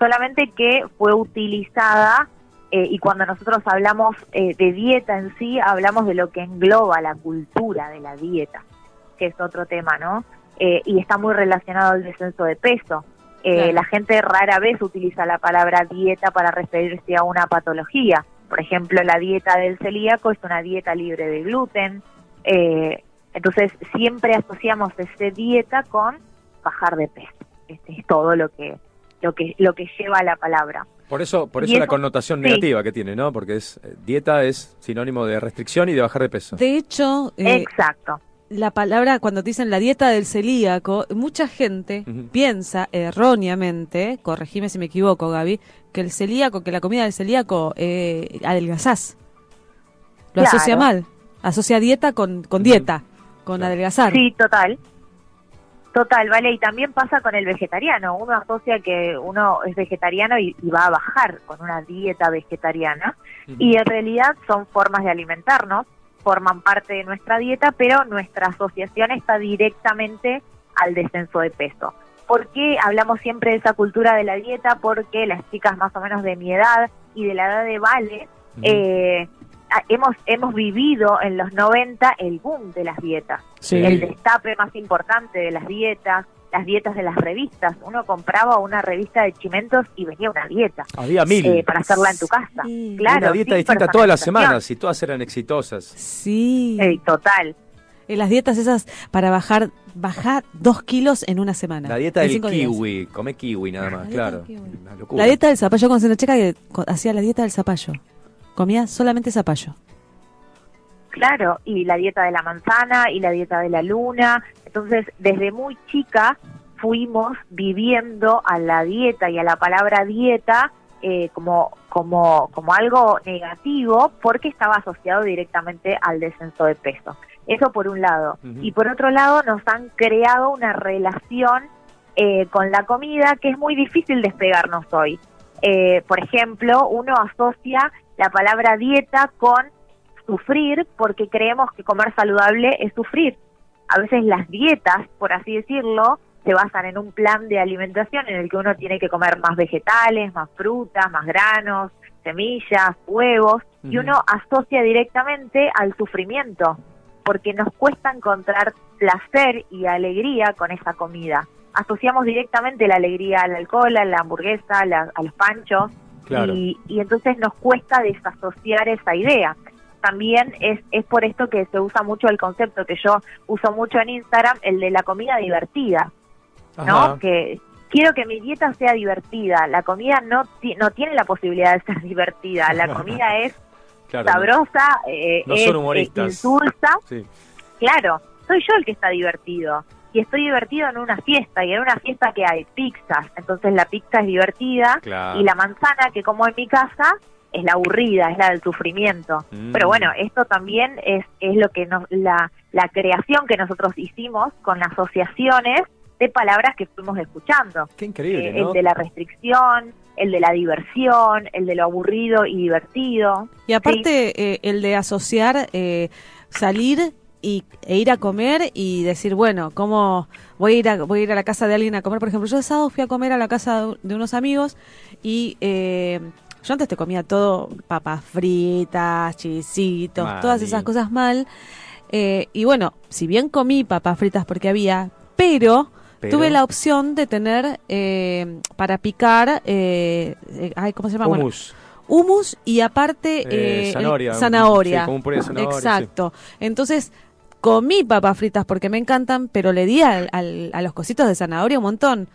Solamente que fue utilizada eh, y cuando nosotros hablamos eh, de dieta en sí, hablamos de lo que engloba la cultura de la dieta, que es otro tema, ¿no? Eh, y está muy relacionado al descenso de peso. Eh, Claro. La gente rara vez utiliza la palabra dieta para referirse a una patología. Por ejemplo, la dieta del celíaco es una dieta libre de gluten. Eh, entonces, siempre asociamos ese dieta con bajar de peso. Este es todo lo que, lo que, lo que lleva la palabra. Por eso, por Y eso la eso- connotación sí. negativa que tiene, ¿no? Porque es eh, dieta es sinónimo de restricción y de bajar de peso. De hecho, eh, exacto. La palabra cuando te dicen la dieta del celíaco, mucha gente piensa erróneamente, corregime si me equivoco, Gaby, que el celíaco, que la comida del celíaco eh, adelgazás. Lo Claro. asocia mal, asocia dieta con, con dieta, con adelgazar. Sí, total. Total, vale, y también pasa con el vegetariano. Uno asocia que uno es vegetariano y, y va a bajar con una dieta vegetariana. Ujú. Y en realidad son formas de alimentarnos, forman parte de nuestra dieta, pero nuestra asociación está directamente al descenso de peso. ¿Por qué hablamos siempre de esa cultura de la dieta? Porque las chicas más o menos de mi edad y de la edad de Vale, Ujú. eh, a- hemos, hemos vivido en los 90 el boom de las dietas, Sí. el destape más importante de las dietas, las dietas de las revistas. Uno compraba una revista de chimentos y venía una dieta. Había mil. eh, para hacerla en tu casa. Claro, una dieta sin distinta todas las personalización. semanas y todas eran exitosas. Sí. total. En las dietas esas para bajar, bajar dos kilos en una semana. La dieta en del cinco días. kiwi, come kiwi nada más, claro. Una locura. La dieta del zapallo con una chica que co- hacía la dieta del zapallo. Comía solamente zapallo. Claro, y la dieta de la manzana y la dieta de la luna. Entonces, desde muy chica fuimos viviendo a la dieta y a la palabra dieta eh, como, como, como algo negativo porque estaba asociado directamente al descenso de peso. Eso por un lado. Ujú. Y por otro lado, nos han creado una relación eh, con la comida que es muy difícil despegarnos hoy. Eh, por ejemplo, uno asocia la palabra dieta con sufrir porque creemos que comer saludable es sufrir. A veces las dietas, por así decirlo, se basan en un plan de alimentación en el que uno tiene que comer más vegetales, más frutas, más granos, semillas, huevos, uh -huh. y uno asocia directamente al sufrimiento, porque nos cuesta encontrar placer y alegría con esa comida. Asociamos directamente la alegría al alcohol, a la hamburguesa, la, a los panchos, Claro. y, y entonces nos cuesta desasociar esa idea. También es, es por esto que se usa mucho el concepto que yo uso mucho en Instagram, el de la comida divertida, Ajá. Este, ¿no? Que quiero que mi dieta sea divertida, la comida no, ti- no tiene la posibilidad de ser divertida, la comida es Claro, no- sabrosa, eh, no es son eh, humoristas. insulsa, Sí. Claro, soy yo el que está divertido. Y estoy divertido en una fiesta, y en una fiesta que hay pizzas. Entonces la pizza es divertida, Claro. y la manzana que como en mi casa es la aburrida, es la del sufrimiento. Mm. Pero bueno, esto también es, es lo que nos, la, la creación que nosotros hicimos con las asociaciones de palabras que fuimos escuchando. Eh, Qué increíble, ¿no? El de la restricción, el de la diversión, el de lo aburrido y divertido. Y aparte eh, el de asociar eh, salir y, e ir a comer y decir, bueno, ¿cómo voy a, ir a, voy a ir a la casa de alguien a comer? Por ejemplo, yo el sábado fui a comer a la casa de- de unos amigos y eh, yo antes te comía todo, papas fritas, chisitos, Mal. todas esas cosas mal. Eh, y bueno, si bien comí papas fritas porque había, pero... Pero- Tuve la opción de tener eh, para picar, eh, eh, ay, ¿cómo se llama? Bueno, Hummus. humus y aparte Eh, eh, zanahoria, el- zanahoria. sí, como un puré de zanahoria, Exacto. Entonces comí papas fritas porque me encantan, pero le di al- al- a los cositos de zanahoria un montón.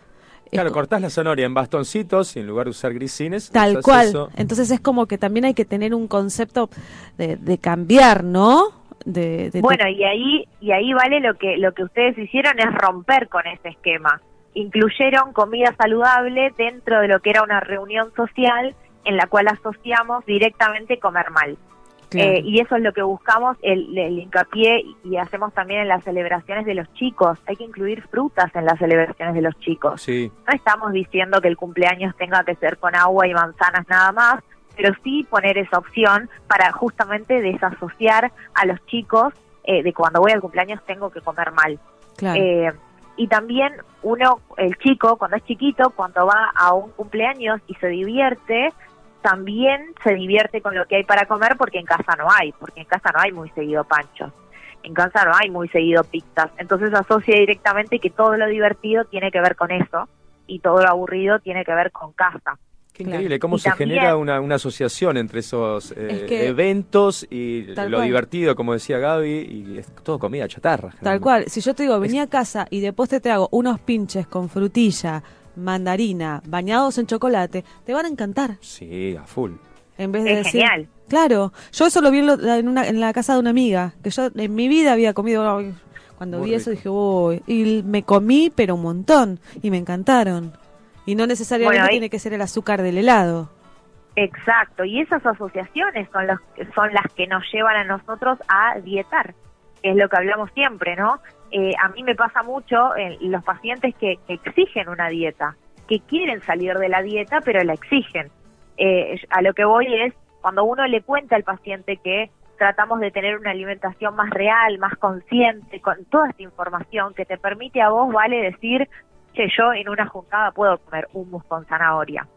Claro, cortás la zanahoria en bastoncitos y en lugar de usar grisines. Tal usás cual. eso. Entonces es como que también hay que tener un concepto de, de cambiar, ¿no? De, de- Bueno, y ahí y ahí vale lo que lo que ustedes hicieron es romper con ese esquema. Incluyeron comida saludable dentro de lo que era una reunión social en la cual asociamos directamente comer mal. Claro. Eh, y eso es lo que buscamos, el, el hincapié y hacemos también en las celebraciones de los chicos. Hay que incluir frutas en las celebraciones de los chicos. Sí. No estamos diciendo que el cumpleaños tenga que ser con agua y manzanas nada más, pero sí poner esa opción para justamente desasociar a los chicos eh, de cuando voy al cumpleaños tengo que comer mal. Claro. Eh, y también uno, el chico, cuando es chiquito, cuando va a un cumpleaños y se divierte, también se divierte con lo que hay para comer porque en casa no hay, porque en casa no hay muy seguido panchos, en casa no hay muy seguido pizzas. Entonces asocia directamente que todo lo divertido tiene que ver con eso y todo lo aburrido tiene que ver con casa. Qué increíble cómo Y se también- genera una, una asociación entre esos eh, que- eventos y lo Tal cual. divertido, como decía Gaby, y es todo comida chatarra. Tal cual, si yo te digo, vení a casa y después te hago unos pinches con frutilla, mandarina, bañados en chocolate, te van a encantar. Sí, a full. En vez de Es decir- genial. Claro, yo eso lo vi en, lo- en una- en la casa de una amiga, que yo en mi vida había comido. ay, Cuando Muy vi eso dije, uy, y me comí, pero un montón, y me encantaron. Y no necesariamente Bueno, ahí- tiene que ser el azúcar del helado. Exacto, y esas asociaciones son, los, son las que nos llevan a nosotros a dietar, que es lo que hablamos siempre, ¿no? Eh, a mí me pasa mucho en los pacientes que exigen una dieta, que quieren salir de la dieta, pero la exigen. Eh, a lo que voy es, cuando uno le cuenta al paciente que tratamos de tener una alimentación más real, más consciente, con toda esta información que te permite a vos, vale decir, que yo en una juntada puedo comer hummus con zanahoria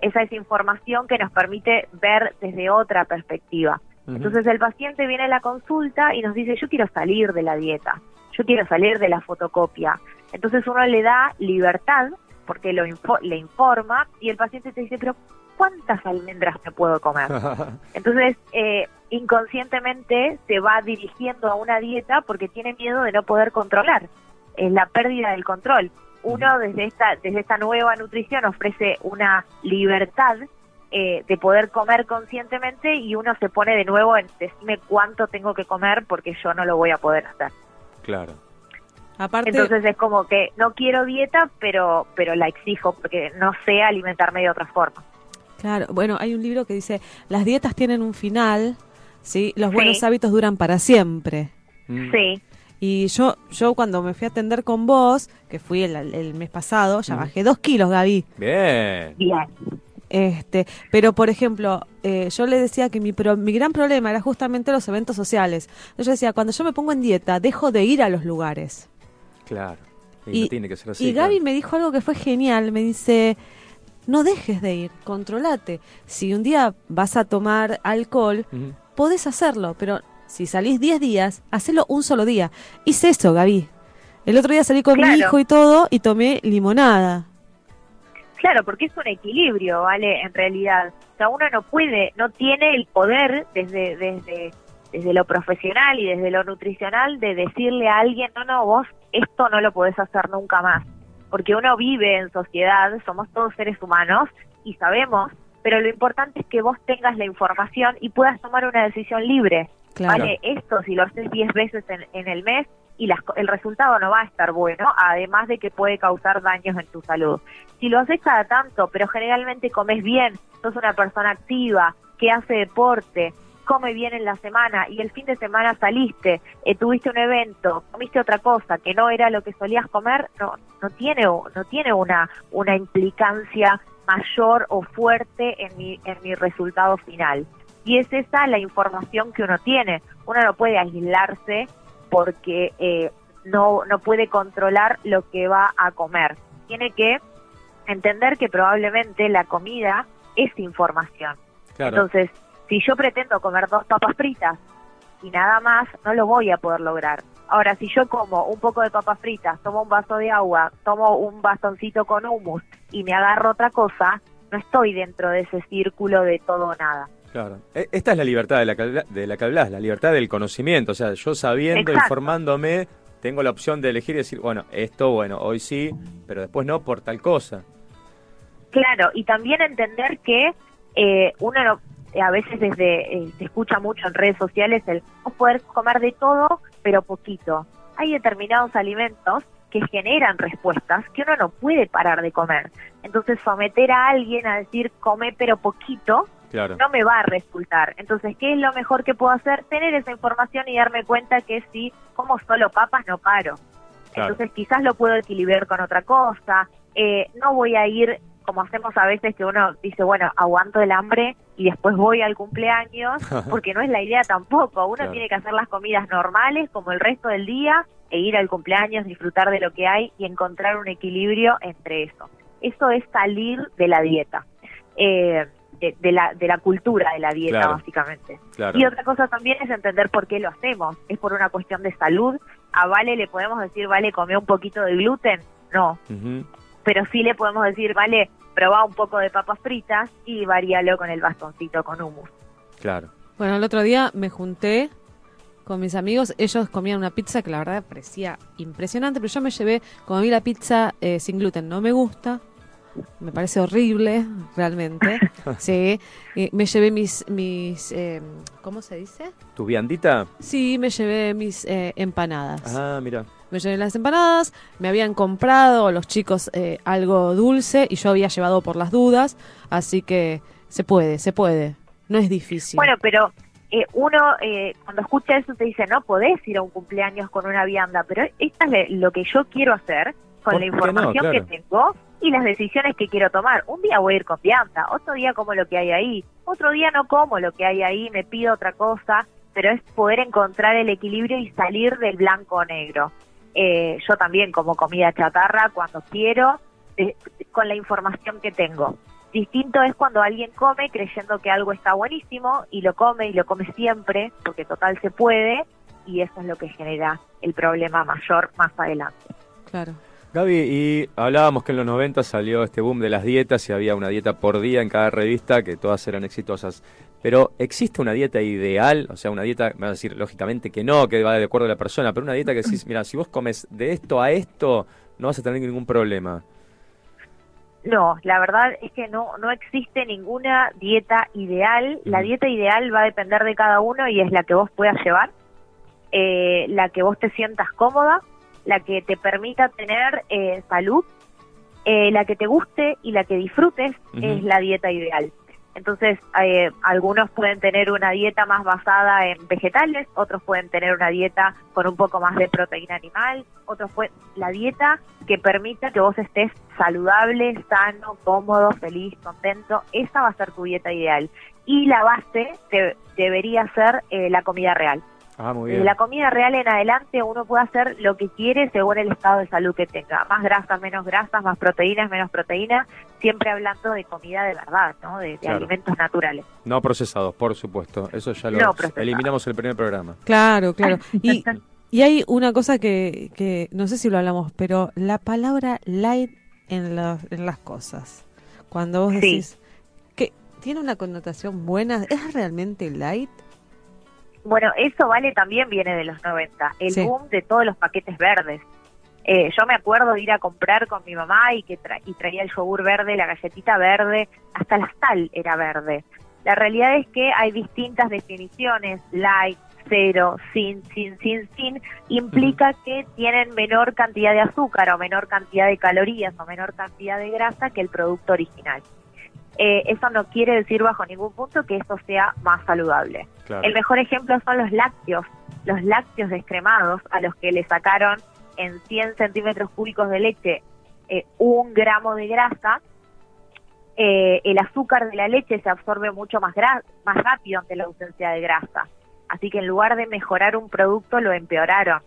esa es información que nos permite ver desde otra perspectiva. Ujú. Entonces el paciente viene a la consulta y nos dice, yo quiero salir de la dieta, yo quiero salir de la fotocopia. Entonces uno le da libertad porque lo info- le informa y el paciente te dice, pero ¿cuántas almendras me puedo comer? Entonces eh, inconscientemente se va dirigiendo a una dieta porque tiene miedo de no poder controlar es la pérdida del control. Uno desde esta, desde esta nueva nutrición ofrece una libertad eh, de poder comer conscientemente y uno se pone de nuevo en decime cuánto tengo que comer porque yo no lo voy a poder hacer. Claro. Aparte, Entonces es como que no quiero dieta, pero, pero la exijo porque no sé alimentarme de otra forma. Claro, bueno, hay un libro que dice, las dietas tienen un final, ¿sí? Los Sí. buenos hábitos duran para siempre. Sí. Y yo, yo cuando me fui a atender con vos, que fui el, el mes pasado, ya bajé dos kilos, Gaby. Bien. Bien. Este, pero por ejemplo, eh, yo le decía que mi, pro- mi gran problema era justamente los eventos sociales. Yo decía, cuando yo me pongo en dieta, dejo de ir a los lugares. Claro. Y, no tiene que ser así. y Gaby me dijo algo que fue genial, me dice, no dejes de ir, controlate. Si un día vas a tomar alcohol, Ujú. podés hacerlo, pero si salís 10 días, hacelo un solo día. Hice eso, Gaby. El otro día salí con mi Claro. hijo y todo y tomé limonada. Claro, porque es un equilibrio, ¿vale? En realidad. O sea, uno no puede, no tiene el poder desde, desde, desde lo profesional y desde lo nutricional de decirle a alguien, no, no, vos esto no lo podés hacer nunca más. Porque uno vive en sociedad, somos todos seres humanos y sabemos, pero lo importante es que vos tengas la información y puedas tomar una decisión libre. Claro. ¿Vale? Esto, si lo haces 10 veces en, en el mes, y las co- el resultado no va a estar bueno, además de que puede causar daños en tu salud. Si lo haces cada tanto, pero generalmente comes bien, sos una persona activa, que hace deporte, come bien en la semana y el fin de semana saliste, eh, tuviste un evento, comiste otra cosa que no era lo que solías comer, no, no tiene, u- no tiene una, una implicancia mayor o fuerte en mi, en mi resultado final. Y es esa la información que uno tiene. Uno no puede aislarse porque eh, no, no puede controlar lo que va a comer. Tiene que entender que probablemente la comida es información. Entonces, si yo pretendo comer dos papas fritas y nada más, no lo voy a poder lograr. Ahora, si yo como un poco de papas fritas, tomo un vaso de agua, tomo un bastoncito con hummus y me agarro otra cosa, no estoy dentro de ese círculo de todo o nada. Claro. E- Esta es la libertad de la que, habla- de la que hablas, la libertad del conocimiento. O sea, yo sabiendo, Exacto. informándome, tengo la opción de elegir y decir, bueno, esto, bueno, hoy sí, pero después no por tal cosa. Claro, y también entender que eh, uno no- eh, a veces desde eh, se escucha mucho en redes sociales el no poder comer de todo, pero poquito. Hay determinados alimentos que generan respuestas que uno no puede parar de comer. Entonces, someter a alguien a decir come pero poquito Claro. no me va a resultar. Entonces, ¿qué es lo mejor que puedo hacer? Tener esa información y darme cuenta que si como solo papas no paro. Claro. Entonces quizás lo puedo equilibrar con otra cosa. Eh, no voy a ir como hacemos a veces que uno dice, bueno, aguanto el hambre y después voy al cumpleaños, porque no es la idea tampoco. Uno Claro. tiene que hacer las comidas normales como el resto del día e ir al cumpleaños, disfrutar de lo que hay y encontrar un equilibrio entre eso. Eso es salir de la dieta, eh, de, de la, de la cultura de la dieta Claro. básicamente. Claro. Y otra cosa también es entender por qué lo hacemos. Es por una cuestión de salud. A Vale le podemos decir, Vale, come un poquito de gluten. No, pero sí le podemos decir, Vale, probá un poco de papas fritas y varialo con el bastoncito con hummus. Claro. Bueno, el otro día me junté con mis amigos, ellos comían una pizza que la verdad parecía impresionante, pero yo me llevé, como a mí la pizza eh, sin gluten no me gusta, me parece horrible, realmente, sí, eh, me llevé mis, mis eh, ¿cómo se dice? ¿Tu viandita? Sí, me llevé mis eh, empanadas. Ah, mira. Me llevé las empanadas, me habían comprado los chicos eh, algo dulce y yo había llevado por las dudas, así que se puede, se puede, no es difícil. Bueno, pero eh, uno eh, cuando escucha eso te dice, no podés ir a un cumpleaños con una vianda, pero esta es le- lo que yo quiero hacer ¿Por con la qué no? información que Claro. tengo y las decisiones que quiero tomar. Un día voy a ir con vianda, otro día como lo que hay ahí, otro día no como lo que hay ahí, me pido otra cosa, pero es poder encontrar el equilibrio y salir del blanco o negro. Eh, yo también como comida chatarra cuando quiero, eh, con la información que tengo. Distinto es cuando alguien come creyendo que algo está buenísimo y lo come y lo come siempre, porque total se puede, y eso es lo que genera el problema mayor más adelante. Claro. Gaby, y hablábamos que en los 90 salió este boom de las dietas y había una dieta por día en cada revista que todas eran exitosas. Pero ¿existe una dieta ideal? O sea, una dieta, me vas a decir lógicamente que no, que va de acuerdo a la persona, pero una dieta que decís, mira, si vos comes de esto a esto, no vas a tener ningún problema. No, la verdad es que no, no existe ninguna dieta ideal. La dieta ideal va a depender de cada uno y es la que vos puedas llevar, eh, la que vos te sientas cómoda, la que te permita tener eh, salud, eh, la que te guste y la que disfrutes Ujú. es la dieta ideal. Entonces, eh, algunos pueden tener una dieta más basada en vegetales, otros pueden tener una dieta con un poco más de proteína animal, otros pueden... La dieta que permita que vos estés saludable, sano, cómodo, feliz, contento, esa va a ser tu dieta ideal. Y la base de- debería ser eh, la comida real. Ah, muy De bien. Eh, la comida real en adelante uno puede hacer lo que quiere según el estado de salud que tenga. Más grasas, menos grasas, más proteínas, menos proteínas. Siempre hablando de comida de verdad, ¿no? De, de Claro. alimentos naturales. No procesados, por supuesto. Eso ya lo No procesados. eliminamos el primer programa. Claro, claro. Y, y hay una cosa que, que no sé si lo hablamos, pero la palabra light en, la- en las cosas. Cuando vos Sí. decís que tiene una connotación buena, ¿es realmente light? Bueno, eso vale también viene de los 90. El Sí. boom de todos los paquetes verdes. Eh, yo me acuerdo de ir a comprar con mi mamá y que tra- y traía el yogur verde, la galletita verde, hasta la sal era verde. La realidad es que hay distintas definiciones, light, cero, sin, sin, sin, sin, implica que tienen menor cantidad de azúcar o menor cantidad de calorías o menor cantidad de grasa que el producto original. Eh, eso no quiere decir bajo ningún punto que esto sea más saludable. Claro. El mejor ejemplo son los lácteos, los lácteos descremados a los que le sacaron en 100 centímetros cúbicos de leche eh, un gramo de grasa, eh, el azúcar de la leche se absorbe mucho más, gra- más rápido ante la ausencia de grasa. Así que en lugar de mejorar un producto, lo empeoraron.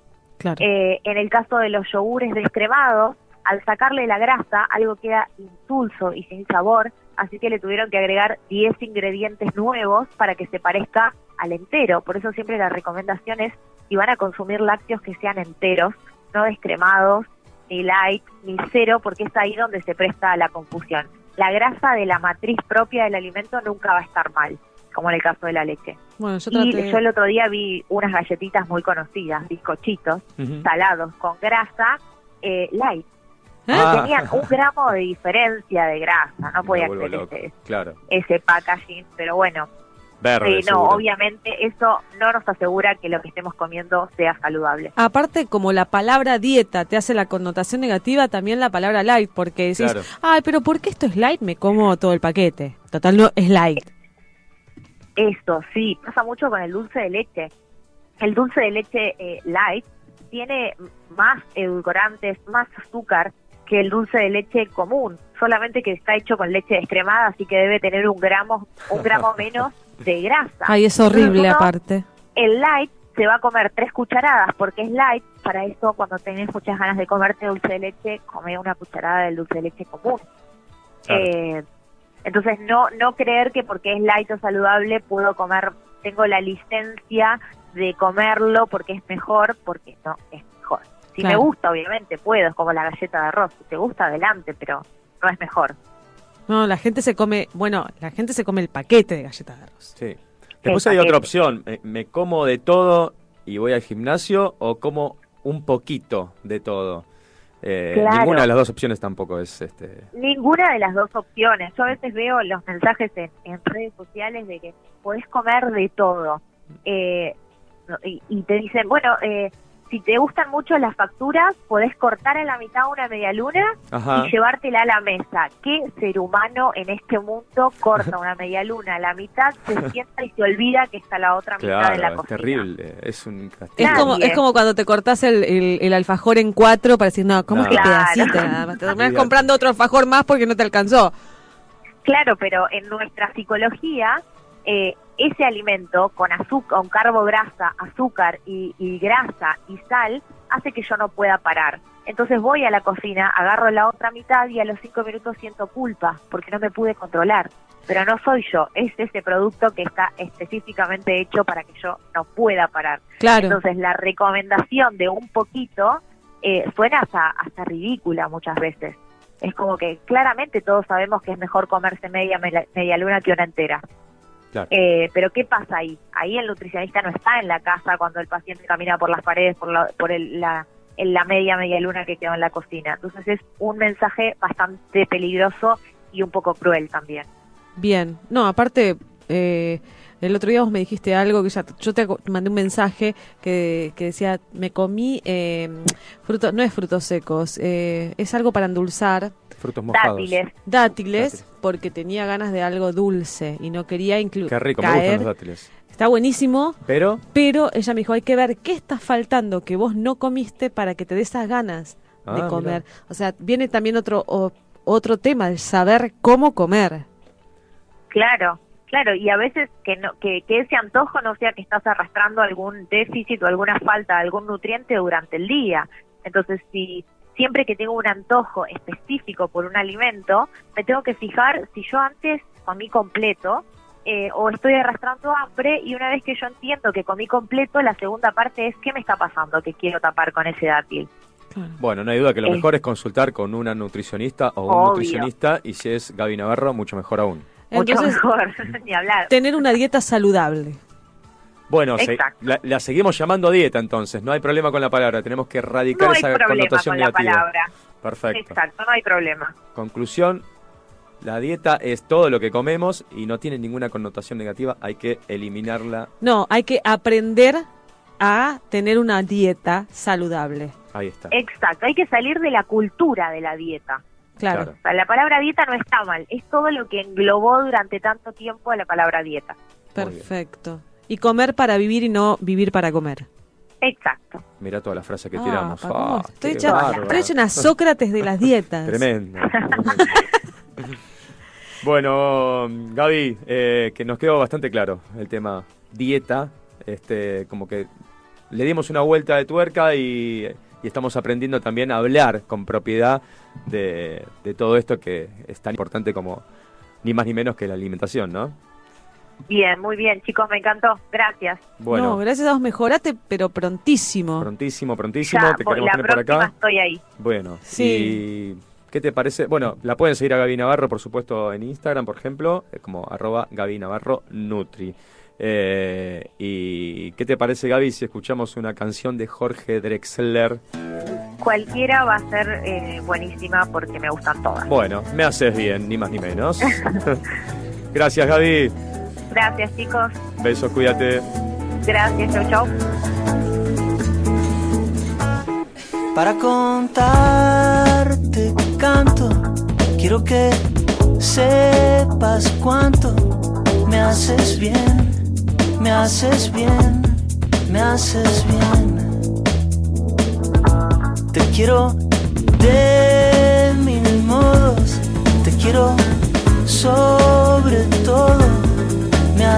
Eh, en el caso de los yogures descremados, al sacarle la grasa, algo queda insulso y sin sabor, así que le tuvieron que agregar 10 ingredientes nuevos para que se parezca al entero. Por eso siempre la recomendación es, si van a consumir lácteos, que sean enteros, no descremados, ni light, ni cero, porque es ahí donde se presta la confusión. La grasa de la matriz propia del alimento nunca va a estar mal, como en el caso de la leche. Bueno, yo Y traté- yo el otro día vi unas galletitas muy conocidas, bizcochitos, Ujú. salados con grasa eh, light. Ah. Tenían un gramo de diferencia de grasa, no podía Me vuelvo creer loco. ese, Claro. ese packaging, pero bueno, Verde. sí, no, seguro. obviamente eso no nos asegura que lo que estemos comiendo sea saludable. Aparte, como la palabra dieta te hace la connotación negativa, también la palabra light, porque decís, Claro. ay, pero ¿por qué esto es light? Me como todo el paquete. Total, no es light. Eso, sí, pasa mucho con el dulce de leche. El dulce de leche eh, light tiene más edulcorantes, más azúcar que el dulce de leche común, solamente que está hecho con leche descremada, así que debe tener un gramo, un gramo menos de grasa. Ay, es horrible Entonces, uno, aparte. El light se va a comer tres cucharadas porque es light, para eso cuando tenés muchas ganas de comerte dulce de leche, come una cucharada del dulce de leche común. Claro. Eh, entonces, no, no creer que porque es light o saludable puedo comer, tengo la licencia de comerlo porque es mejor, porque no es mejor. Si Claro. me gusta, obviamente puedo, es como la galleta de arroz. Si te gusta, adelante, pero no es mejor. No, la gente se come, bueno, la gente se come el paquete de galletas de arroz. Sí. Después hay otra opción. Me, me como de todo y voy al gimnasio o como un poquito de todo. Eh, Claro. Ninguna de las dos opciones tampoco es este. Ninguna de las dos opciones. Yo a veces veo los mensajes en, en redes sociales de que podés comer de todo. Eh, no, y, y te dicen, bueno, eh, si te gustan mucho las facturas, podés cortar a la mitad una media luna Ajá. y llevártela a la mesa. ¿Qué ser humano en este mundo corta una media luna? La mitad se sienta y se olvida que está la otra mitad de la Claro, es cocina. terrible. Es un castigo. Es como, es como cuando te cortás el, el- el alfajor en cuatro para decir, no, ¿cómo es que No. Claro. pedacito nada más? Te terminás Olvídate. comprando otro alfajor más porque no te alcanzó. Claro, pero en nuestra psicología, eh, ese alimento con azúcar, con carbograsa, azúcar y, y grasa y sal hace que yo no pueda parar. Entonces voy a la cocina, agarro la otra mitad y a los cinco minutos siento culpa porque no me pude controlar. Pero no soy yo, es ese producto que está específicamente hecho para que yo no pueda parar. Claro. Entonces la recomendación de un poquito eh, suena hasta, hasta ridícula muchas veces. Es como que claramente todos sabemos que es mejor comerse media, mela- media luna que una entera. Eh, pero ¿qué pasa ahí? Ahí el nutricionista no está en la casa cuando el paciente camina por las paredes, por la, por el- la, en la media, media luna que quedó en la cocina. Entonces es un mensaje bastante peligroso y un poco cruel también. Bien. No, aparte, eh, el otro día vos me dijiste algo que ya, yo te mandé un mensaje que, que decía, em, me comí eh, frutos, no es frutos secos, eh, es algo para endulzar. Frutos mojados. Dátiles. Dátiles, porque tenía ganas de algo dulce y no quería incluir. Qué rico, me gustan caer. los dátiles. Está buenísimo, Pero, pero ella me dijo, hay que ver qué está faltando que vos no comiste para que te dé esas ganas Ah, de mira. comer. O sea, viene también otro o- otro tema, el saber cómo comer. Claro, claro, y a veces que, no, que, que ese antojo no sea que estás arrastrando algún déficit o alguna falta de algún nutriente durante el día. Entonces, si siempre que tengo un antojo específico por un alimento, me tengo que fijar si yo antes comí completo eh, o estoy arrastrando hambre y una vez que yo entiendo que comí completo, la segunda parte es qué me está pasando que quiero tapar con ese dátil. bueno, no hay duda que lo Eh. mejor es consultar con una nutricionista o un Obvio. nutricionista y si es Gaby Navarro, mucho mejor aún. Entonces, Mucho mejor, ni hablar. Tener una dieta saludable. Bueno, se- Exacto. la, la seguimos llamando dieta entonces, no hay problema con la palabra, tenemos que erradicar No hay esa problema connotación con la negativa. palabra. Perfecto. Exacto, no hay problema. Conclusión, la dieta es todo lo que comemos y no tiene ninguna connotación negativa, hay que eliminarla. No, hay que aprender a tener una dieta saludable. Ahí está. Exacto, hay que salir de la cultura de la dieta. Claro. O sea, la palabra dieta no está mal, es todo lo que englobó durante tanto tiempo la palabra dieta. Perfecto. Y comer para vivir y no vivir para comer. Exacto. Mirá todas las frases que Ah, tiramos. pa, ¿cómo? Ah, estoy, qué hecha, bárbaro. estoy hecha una Sócrates de las dietas. Tremendo. bueno, Gaby, eh, que nos quedó bastante claro el tema dieta. Este, como que le dimos una vuelta de tuerca y, y estamos aprendiendo también a hablar con propiedad de, de todo esto que es tan importante como ni más ni menos que la alimentación, ¿no? Bien, muy bien, chicos, me encantó. Gracias. Bueno, No, gracias a vos mejorate, pero prontísimo. prontísimo, prontísimo. te por queremos la tener por próxima acá. estoy ahí. Bueno, Sí. ¿y qué te parece? Bueno, la pueden seguir a Gaby Navarro, por supuesto, en Instagram, por ejemplo, eh, como arroba Gaby Navarro Nutri. Eh, ¿Y qué te parece, Gaby, si escuchamos una canción de Jorge Drexler? Cualquiera va a ser eh, buenísima porque me gustan todas. Bueno, me haces bien, ni más ni menos. Gracias, Gaby. Gracias, chicos. Besos, cuídate. Gracias, chau, chau. Para contarte canto, quiero que sepas cuánto me haces bien, me haces bien, me haces bien. Te quiero de mil modos, te quiero sobre todo, me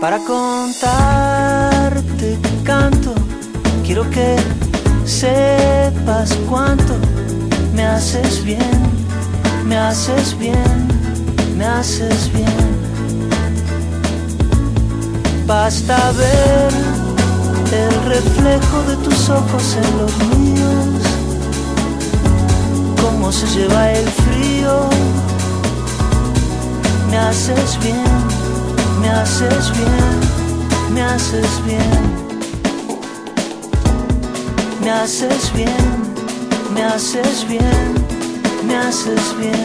Para contarte canto, quiero que sepas cuánto me haces bien, me haces bien, me haces bien. Basta ver el reflejo de tus ojos en los míos, cómo se lleva el frío, me haces bien me haces bien, me haces bien, me haces bien, me haces bien, me haces bien,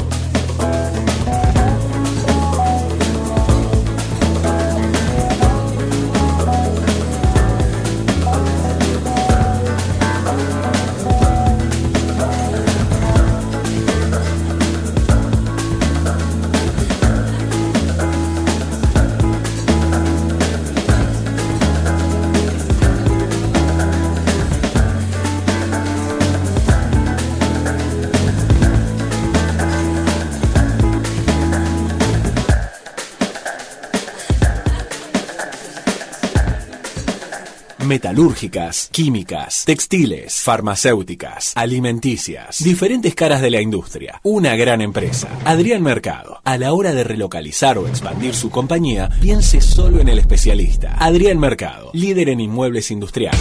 metalúrgicas, químicas, textiles, farmacéuticas, alimenticias, diferentes caras de la industria, una gran empresa. Adrián Mercado, a la hora de relocalizar o expandir su compañía, piense solo en el especialista. Adrián Mercado, líder en inmuebles industriales.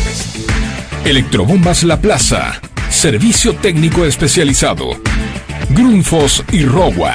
Electrobombas La Plaza. Servicio técnico especializado. Grunfos y Rogua.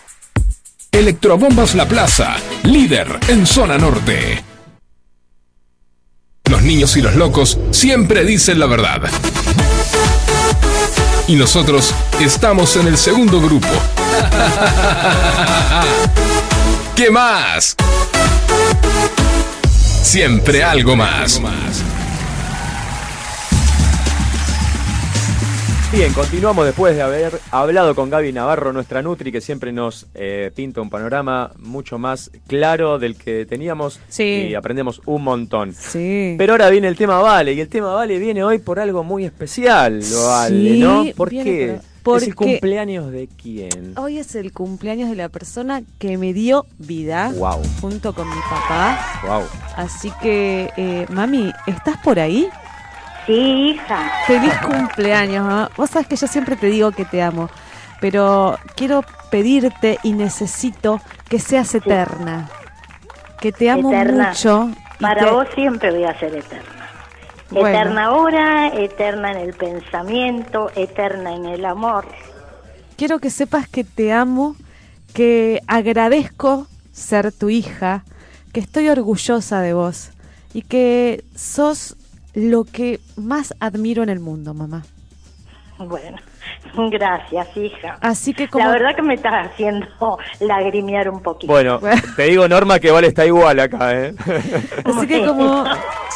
Electrobombas La Plaza, líder en zona norte. Los niños y los locos siempre dicen la verdad. Y nosotros estamos en el segundo grupo. ¿Qué más? Siempre algo más. Bien, continuamos después de haber hablado con Gaby Navarro, nuestra Nutri, que siempre nos eh, pinta un panorama mucho más claro del que teníamos Sí. y aprendemos un montón. Sí. Pero ahora viene el tema Vale, y el tema Vale viene hoy por algo muy especial, Vale, Sí, ¿no? ¿Por viene qué? por- ¿Es el porque- Oh. cumpleaños de quién? Hoy es el cumpleaños de la persona que me dio vida Guau. junto con mi papá. Wow. Así que, eh, mami, ¿estás por ahí? Sí, hija. Feliz cumpleaños, mamá. Vos sabés que yo siempre te digo que te amo, pero quiero pedirte y necesito que seas eterna. Que te amo Eterna. mucho. y Para te- vos siempre voy a ser eterna. Bueno. Eterna ahora, eterna en el pensamiento, eterna en el amor. Quiero que sepas que te amo, que agradezco ser tu hija, que estoy orgullosa de vos y que sos lo que más admiro en el mundo, mamá. Bueno, gracias, hija. Así que como- La verdad que me estás haciendo lagrimear un poquito. Bueno, te digo, Norma, que Vale está igual acá, ¿eh? Así que como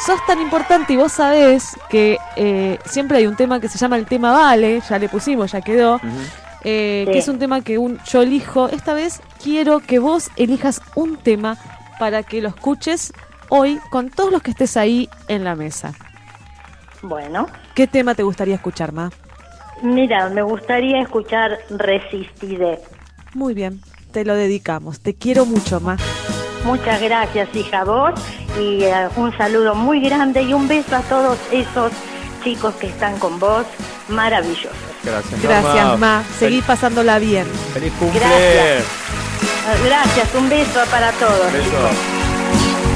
sos tan importante y vos sabés que eh, siempre hay un tema que se llama el tema Vale, ya le pusimos, ya quedó, Mm. eh, Sí. que es un tema que un, yo elijo. Esta vez quiero que vos elijas un tema para que lo escuches hoy con todos los que estés ahí en la mesa. Bueno, ¿Qué tema te gustaría escuchar, Ma? mira, me gustaría escuchar Resistiré. Muy bien, te lo dedicamos. Te quiero mucho, Ma. Muchas gracias, hija, a vos. Y eh, un saludo muy grande y un beso a todos esos chicos que están con vos. Maravilloso. Gracias, Gracias, Ma. Norma. Seguí pasándola bien. Feliz cumple. Gracias. Ah, Gracias, un beso para todos. Beso.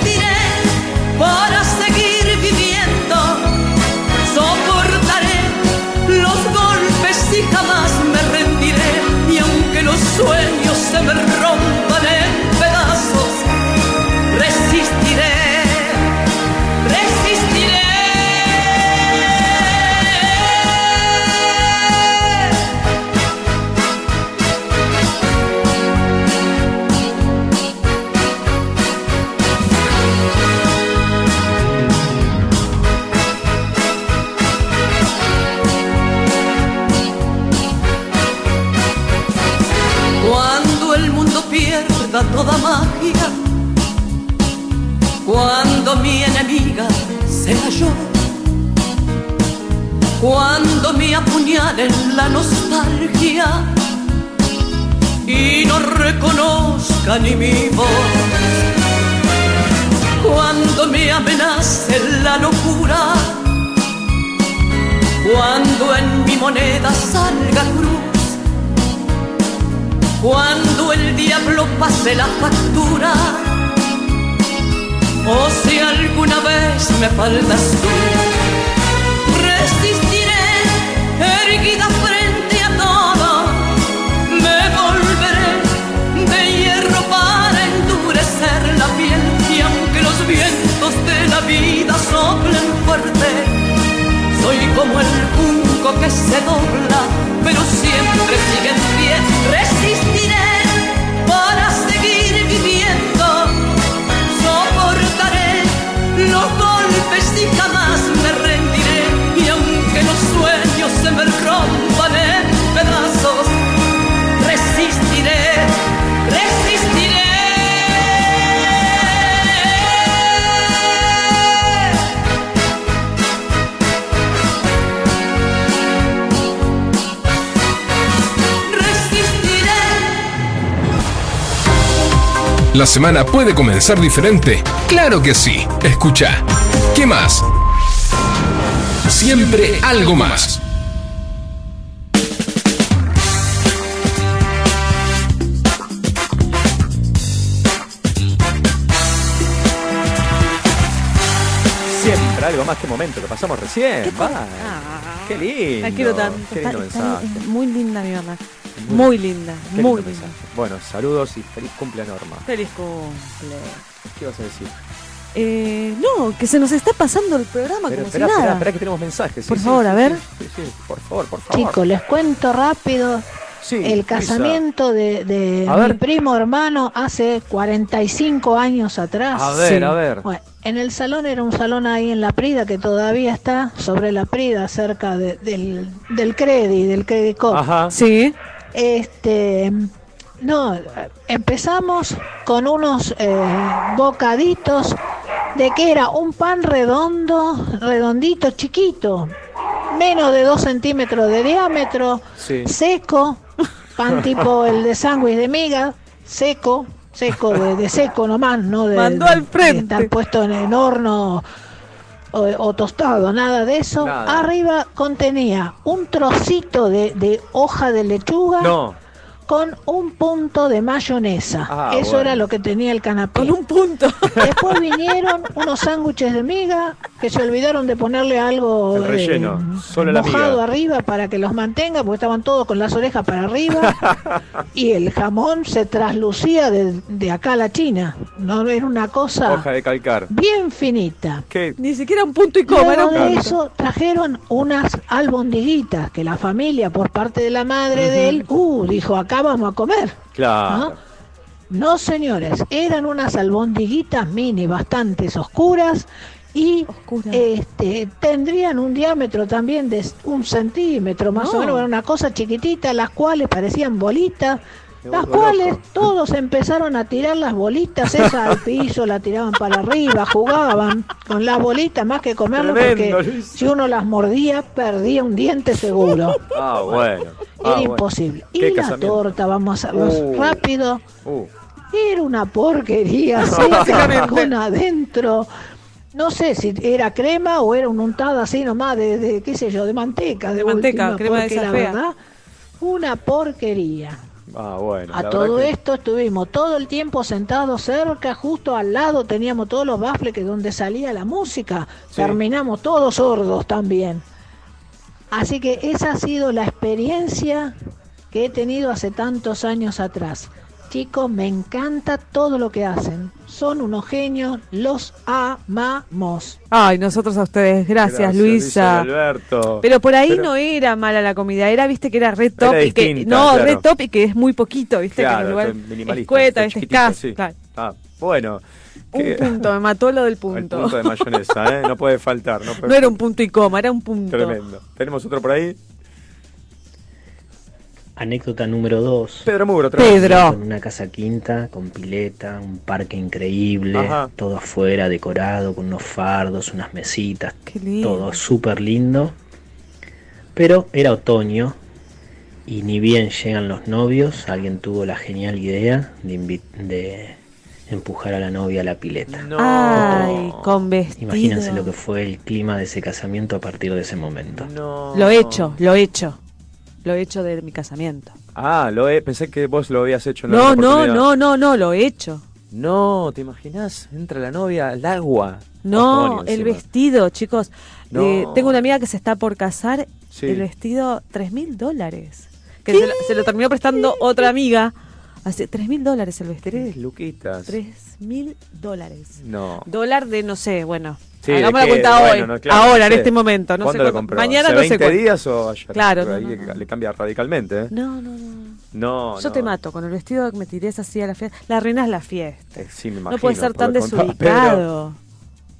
para seguir viviendo. Soportaré los golpes y jamás me rendiré. Y aunque los sueños se me rompan en pedazos, resistiré. Resistiré. Cuando el mundo pierda toda magia, cuando Cuando mi enemiga sea yo, cuando me apuñalen la nostalgia y no reconozca ni mi voz, cuando me amenace la locura, cuando en mi moneda salga cruz, cuando el diablo pase la factura, o si alguna vez me faltas tú, resistiré erguida frente a todo, me volveré de hierro para endurecer la piel y aunque los vientos de la vida soplen fuerte, soy como el junco que se dobla, pero siempre sigue en pie. Resistiré para seguir viviendo. Soportaré los golpes y jamás me rendiré. Y aunque los sueños se me rompan en pedazos, resistiré, resistiré. La semana puede comenzar diferente. Claro que sí. Escucha. ¿Qué más? Siempre algo más. Siempre algo más que momento que pasamos recién. Qué, Eh, Qué lindo. La Ah, quiero tanto. Qué Está- lindo está- mensaje. es muy linda mi mamá. Muy linda. Qué lindo Muy linda. mensaje. Bueno, saludos y feliz cumple a Norma. Feliz cumple. ¿Qué vas a decir? Eh, no, que se nos está pasando el programa Pero como espera, si espera, nada. espera que tenemos mensajes. sí, Por sí, favor, sí, a ver. sí, sí, sí, por favor, por favor. Chicos, les cuento rápido. Sí, el Luisa. casamiento de, de A mi ver. primo hermano hace 45 años atrás. A ver, a ver. Bueno, en el salón era un salón ahí en La Prida que todavía está sobre La Prida, cerca de- del, del Credi, del Credi Corp. Ajá. Sí. Este, no, empezamos con unos eh, bocaditos de que era un pan redondo, redondito, chiquito, menos de dos centímetros de diámetro, Sí. seco, pan tipo el de sándwich de miga, seco, seco, de, de seco nomás, no de, Mandó al de estar puesto en el horno o, o tostado, nada de eso. Nada. Arriba contenía un trocito de, de hoja de lechuga No. con un punto de mayonesa. Ah, Eso bueno. era lo que tenía el canapé. Con un punto. Después vinieron unos sándwiches de miga que se olvidaron de ponerle algo El eh, relleno, solo la mojado miga. arriba para que los mantenga, porque estaban todos con las orejas para arriba. y el jamón se traslucía de, de acá a la China. No era una cosa Hoja de calcar. bien finita. ¿Qué? Ni siquiera un punto y coma. era Luego un de punto. eso trajeron unas albondiguitas que la familia, por parte de la madre de él, uh, dijo, acá vamos a comer. Ah, ¿Ah? Claro. ¿Ah? No, señores, eran unas albondiguitas mini, bastante oscuras y este tendrían un diámetro también de un centímetro más No. o menos, era una cosa chiquitita, las cuales parecían bolitas. Me Las vuelvo cuales todos empezaron a tirar las bolitas esas al piso, la tiraban para arriba, jugaban con las bolitas más que comerlo, Tremendo, porque Luis. si uno las mordía perdía un diente seguro. Ah, bueno. Era imposible. Y la torta, vamos a hacerlo Uh. rápido. Uh. Era una porquería, seca, Básicamente. con adentro. No sé si era crema o era un untada así nomás de, de, qué sé yo, de manteca. De, manteca, última, crema de porque esa la fea. verdad, una porquería. Ah, bueno. A la todo verdad que- esto estuvimos todo el tiempo sentados cerca, justo al lado teníamos todos los baffles que donde salía la música. Sí. Terminamos todos sordos también. Así que esa ha sido la experiencia que he tenido hace tantos años atrás. Chicos, me encanta todo lo que hacen. Son unos genios, los amamos. Ay, nosotros a ustedes. Gracias, Luisa. Luis Alberto. Pero por ahí Pero- no era mala la comida, era, viste, que era red Era top y que distinta, no, claro. red top y que es muy poquito, viste, que en Claro, el lugar son minimalistas, escueta, son viste, chiquititos, escaso, sí. claro. Ah, bueno. Un que- punto, me mató lo del El punto. punto de mayonesa, ¿eh? No puede faltar. No, puede- no era un punto y coma, era un punto. Tremendo. ¿Tenemos otro por ahí? Anécdota número 2. Pedro Muro, otra vez. Pedro. Con una casa quinta, con pileta, un parque increíble, Ajá. todo afuera, decorado, con unos fardos, unas mesitas, Qué lindo. todo súper lindo. Pero era otoño y ni bien llegan los novios, alguien tuvo la genial idea de, invi- de empujar a la novia a la pileta. Ay, con vestido. Imagínense lo que fue el clima de ese casamiento a partir de ese momento. Lo he hecho, lo he hecho. Lo he hecho de mi casamiento. Ah, lo he- pensé que vos lo habías hecho en la No, otra no, oportunidad. no, no, no, lo he hecho. No, ¿te imaginas? Entra la novia al agua. No, Otoño el encima. vestido, chicos. No. Eh, tengo una amiga que se está por casar. Sí. El vestido, tres mil dólares. Que se lo, se lo terminó prestando otra amiga. Hace tres mil dólares el vestido. Tres luquitas. Tres mil dólares. No. Dólar de no sé, bueno. Sí, hagamos ¿de Ah, la qué? cuenta Bueno, hoy. no, claro, ahora, en no sé. este momento. No sé ¿Cuándo lo cuándo- compró? Mañana ¿Hace no sé 20 cuándo. días o ayer? Claro, Pero no, ahí no, no. le cambia radicalmente, ¿eh? No, no, No, Yo no. te mato con el vestido que me tirés así a la fiesta. La arruinás la fiesta. Eh, Sí, me No imagino, puede ser tan porque contaba desubicado.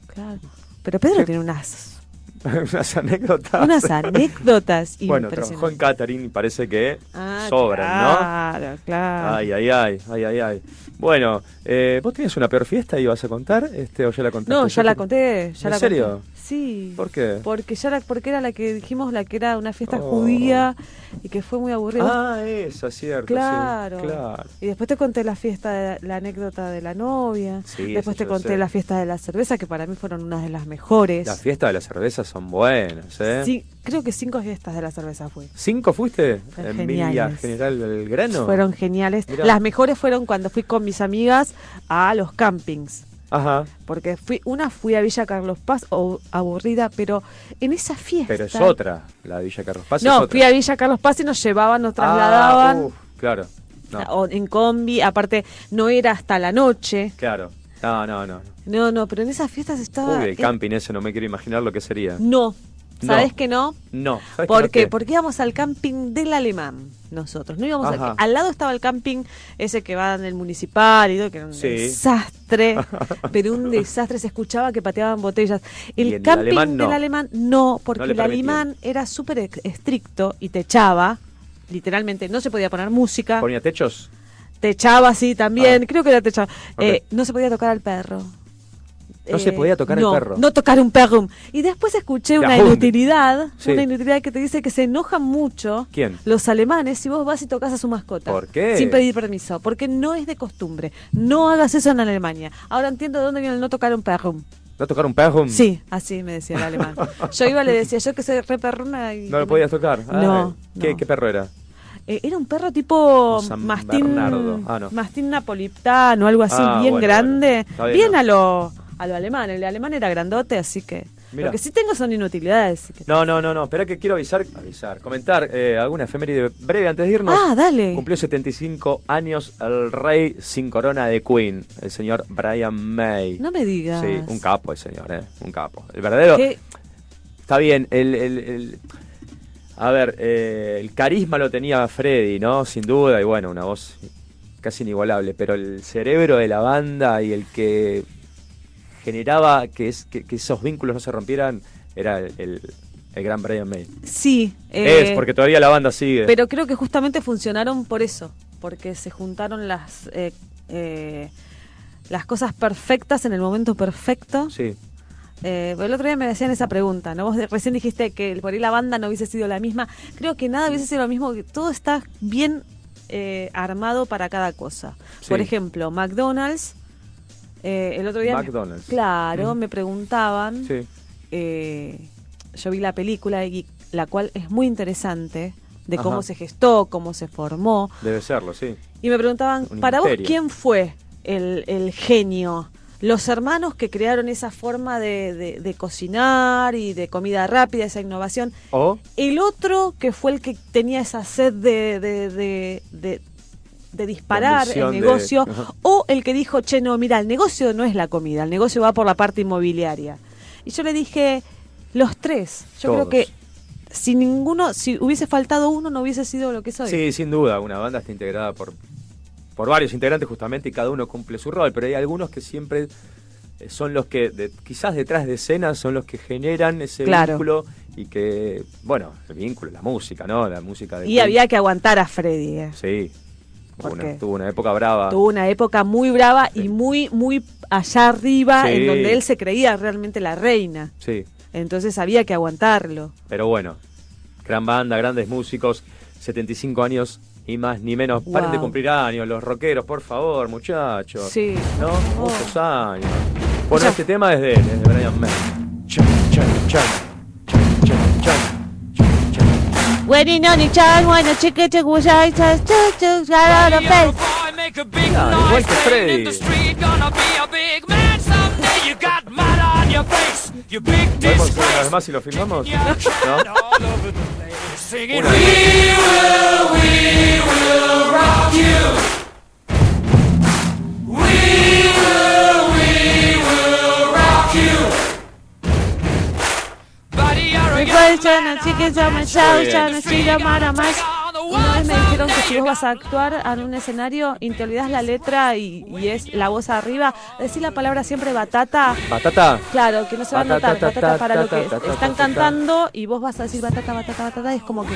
Claro. Pero Pedro tiene unas, Pedro unas anécdotas. unas anécdotas Bueno, trabajó en impresionantes. catering y parece que Ah, sobran, Claro, claro. ¿no? Ay, ay, ay, ay, ay, ay. Bueno, eh, ¿vos tenías una peor fiesta y vas a contar? Este, ¿O ya la contaste? no, ya Yo la te- conté. Ya ¿En la serio? Conté. Sí. ¿Por qué? Porque ya la, porque era la que dijimos la que era una fiesta Oh. judía y que fue muy aburrida. Ah, esa, cierto. sí, Claro. claro. Y después te conté la fiesta, de la, la anécdota de la novia. Sí, después te esa yo la conté sé. la fiesta de la cerveza, que para mí fueron una de las mejores. Las fiestas de las cervezas son buenas, ¿eh? Sí, creo que cinco fiestas de la cerveza fue. ¿Cinco fuiste? Fueron en Villa geniales. General Belgrano. Fueron geniales. Mirá. Las mejores fueron cuando fui con mis amigas a los campings. Ajá. Porque fui, una fui a Villa Carlos Paz, o- aburrida, pero en esa fiesta. Pero es otra, la de Villa Carlos Paz. es No, otra. fui a Villa Carlos Paz y nos llevaban, nos Ah, trasladaban uf, claro. No, o- en combi. Aparte, no era hasta la noche. claro. No, no, no. No, no, pero en esas fiestas estaba. Uy, el eh, camping ese no me quiero imaginar lo que sería. no, No. ¿sabes que no? No. ¿sabes ¿Por que qué? no Porque íbamos al camping del alemán nosotros. No íbamos Ajá. al, al lado estaba el camping ese que va en el municipal y todo, que era un Sí. desastre, pero un desastre. Se escuchaba que pateaban botellas. El, Y en el camping alemán no. del alemán no, porque No le el permitían. alemán era súper ex- estricto y te echaba, literalmente, no se podía poner música, ¿Ponía techos? te echaba así también, creo que era te echaba. Ah. Ok. Eh, no se podía tocar al perro. Eh, No se podía tocar al no, perro. No tocar un perro. Y después escuché La una Hund. inutilidad, Sí. una inutilidad que te dice que se enojan mucho ¿Quién? los alemanes si vos vas y tocas a su mascota. ¿Por qué? Sin pedir permiso, porque no es de costumbre. No hagas eso en Alemania. Ahora entiendo de dónde viene el no tocar un perro. ¿No tocar un perro? Sí, así me decía el alemán. Yo iba, le decía yo que soy re perruna y... No lo podías tocar. Ay, No, ¿Qué, no. qué perro era? Eh, era un perro tipo Un San mastín, Bernardo. Ah, no. mastín napolitano, algo así, Ah, bien bueno, grande. Está bien, bien ¿no? a lo, a lo alemán. El alemán era grandote, así que... Mirá. Lo que sí tengo son inutilidades. así que- No, no, no, no. Espera que quiero avisar, avisar, comentar eh, alguna efeméride breve antes de irnos. Ah, dale. Cumplió 75 años el rey sin corona de Queen, el señor Brian May. No me digas. Sí, un capo el señor, ¿eh? Un capo. El verdadero. Qué- Está bien, el. el- el- a ver, eh, el carisma lo tenía Freddy, ¿no? Sin duda, y bueno, una voz casi inigualable, pero el cerebro de la banda y el que generaba que, es, que, que esos vínculos no se rompieran era el, el- el gran Brian May. Sí. eh, es, porque todavía la banda sigue. Pero creo que justamente funcionaron por eso, porque se juntaron las eh, eh, las cosas perfectas en el momento perfecto. Sí. Eh, el otro día me decían esa pregunta, ¿no? Vos de- recién dijiste que por ahí la banda no hubiese sido la misma. Creo que nada hubiese sido lo mismo, que todo está bien eh, armado para cada cosa. Sí. Por ejemplo, McDonald's. eh, el otro día. me- McDonald's. claro, Mm. me preguntaban. Sí. eh, yo vi la película, y la cual es muy interesante, de cómo Ajá. se gestó, cómo se formó. Debe serlo, sí. Y me preguntaban, Un ¿para imperio. vos quién fue el, el genio? Los hermanos que crearon esa forma de, de- de cocinar y de comida rápida, esa innovación. O El otro que fue el que tenía esa sed de, de- de- de- de disparar La el ambición de- negocio. Ajá. O el que dijo, che, no, mira, el negocio no es la comida, el negocio va por la parte inmobiliaria. Y yo le dije, los tres. Yo Todos. creo que si ninguno, si hubiese faltado uno, no hubiese sido lo que soy. Sí, sin duda, una banda está integrada por, por varios integrantes justamente y cada uno cumple su rol, pero hay algunos que siempre eh, son los que, de- quizás detrás de escenas, son los que generan ese Claro. vínculo y que, bueno, el vínculo, la música, ¿no? La música de... Y había que aguantar a Freddy. eh. Sí. ¿Por Una- qué? tuvo una época brava. Tuvo una época muy brava y muy, muy allá arriba, Sí. en donde él se creía realmente la reina. Sí. Entonces había que aguantarlo. Pero bueno, gran banda, grandes músicos, 75 años y más ni menos. Paren de Wow. cumplir años, los rockeros, por favor, muchachos. Sí. Oh. ¿No? Muchos años. Bueno, este tema desde él, desde Brian May. Chan, chan, chan. Chan, chan, chan. Bueno, no, ni chan, bueno, chique, chique, guay, chas, chas, chas, ya, ya, ya, ya. Ah, igual que Freddy. ¿Podemos hacer una vez más si lo filmamos? ¿No? We will, we will rock you. We will, we will rock you. Buddy, you're a Me young fue chana, chique, chama, chao, chana, chica, mara, más. Una vez me dijeron que si vos vas a actuar en un escenario y te olvidás la letra y, y es la voz arriba, decir la palabra siempre batata. Batata. Claro, que no se va a Batata, notar. batata, Batata para lo que batata, batata, están batata. cantando y vos vas a decir batata, batata, batata. y Es como que,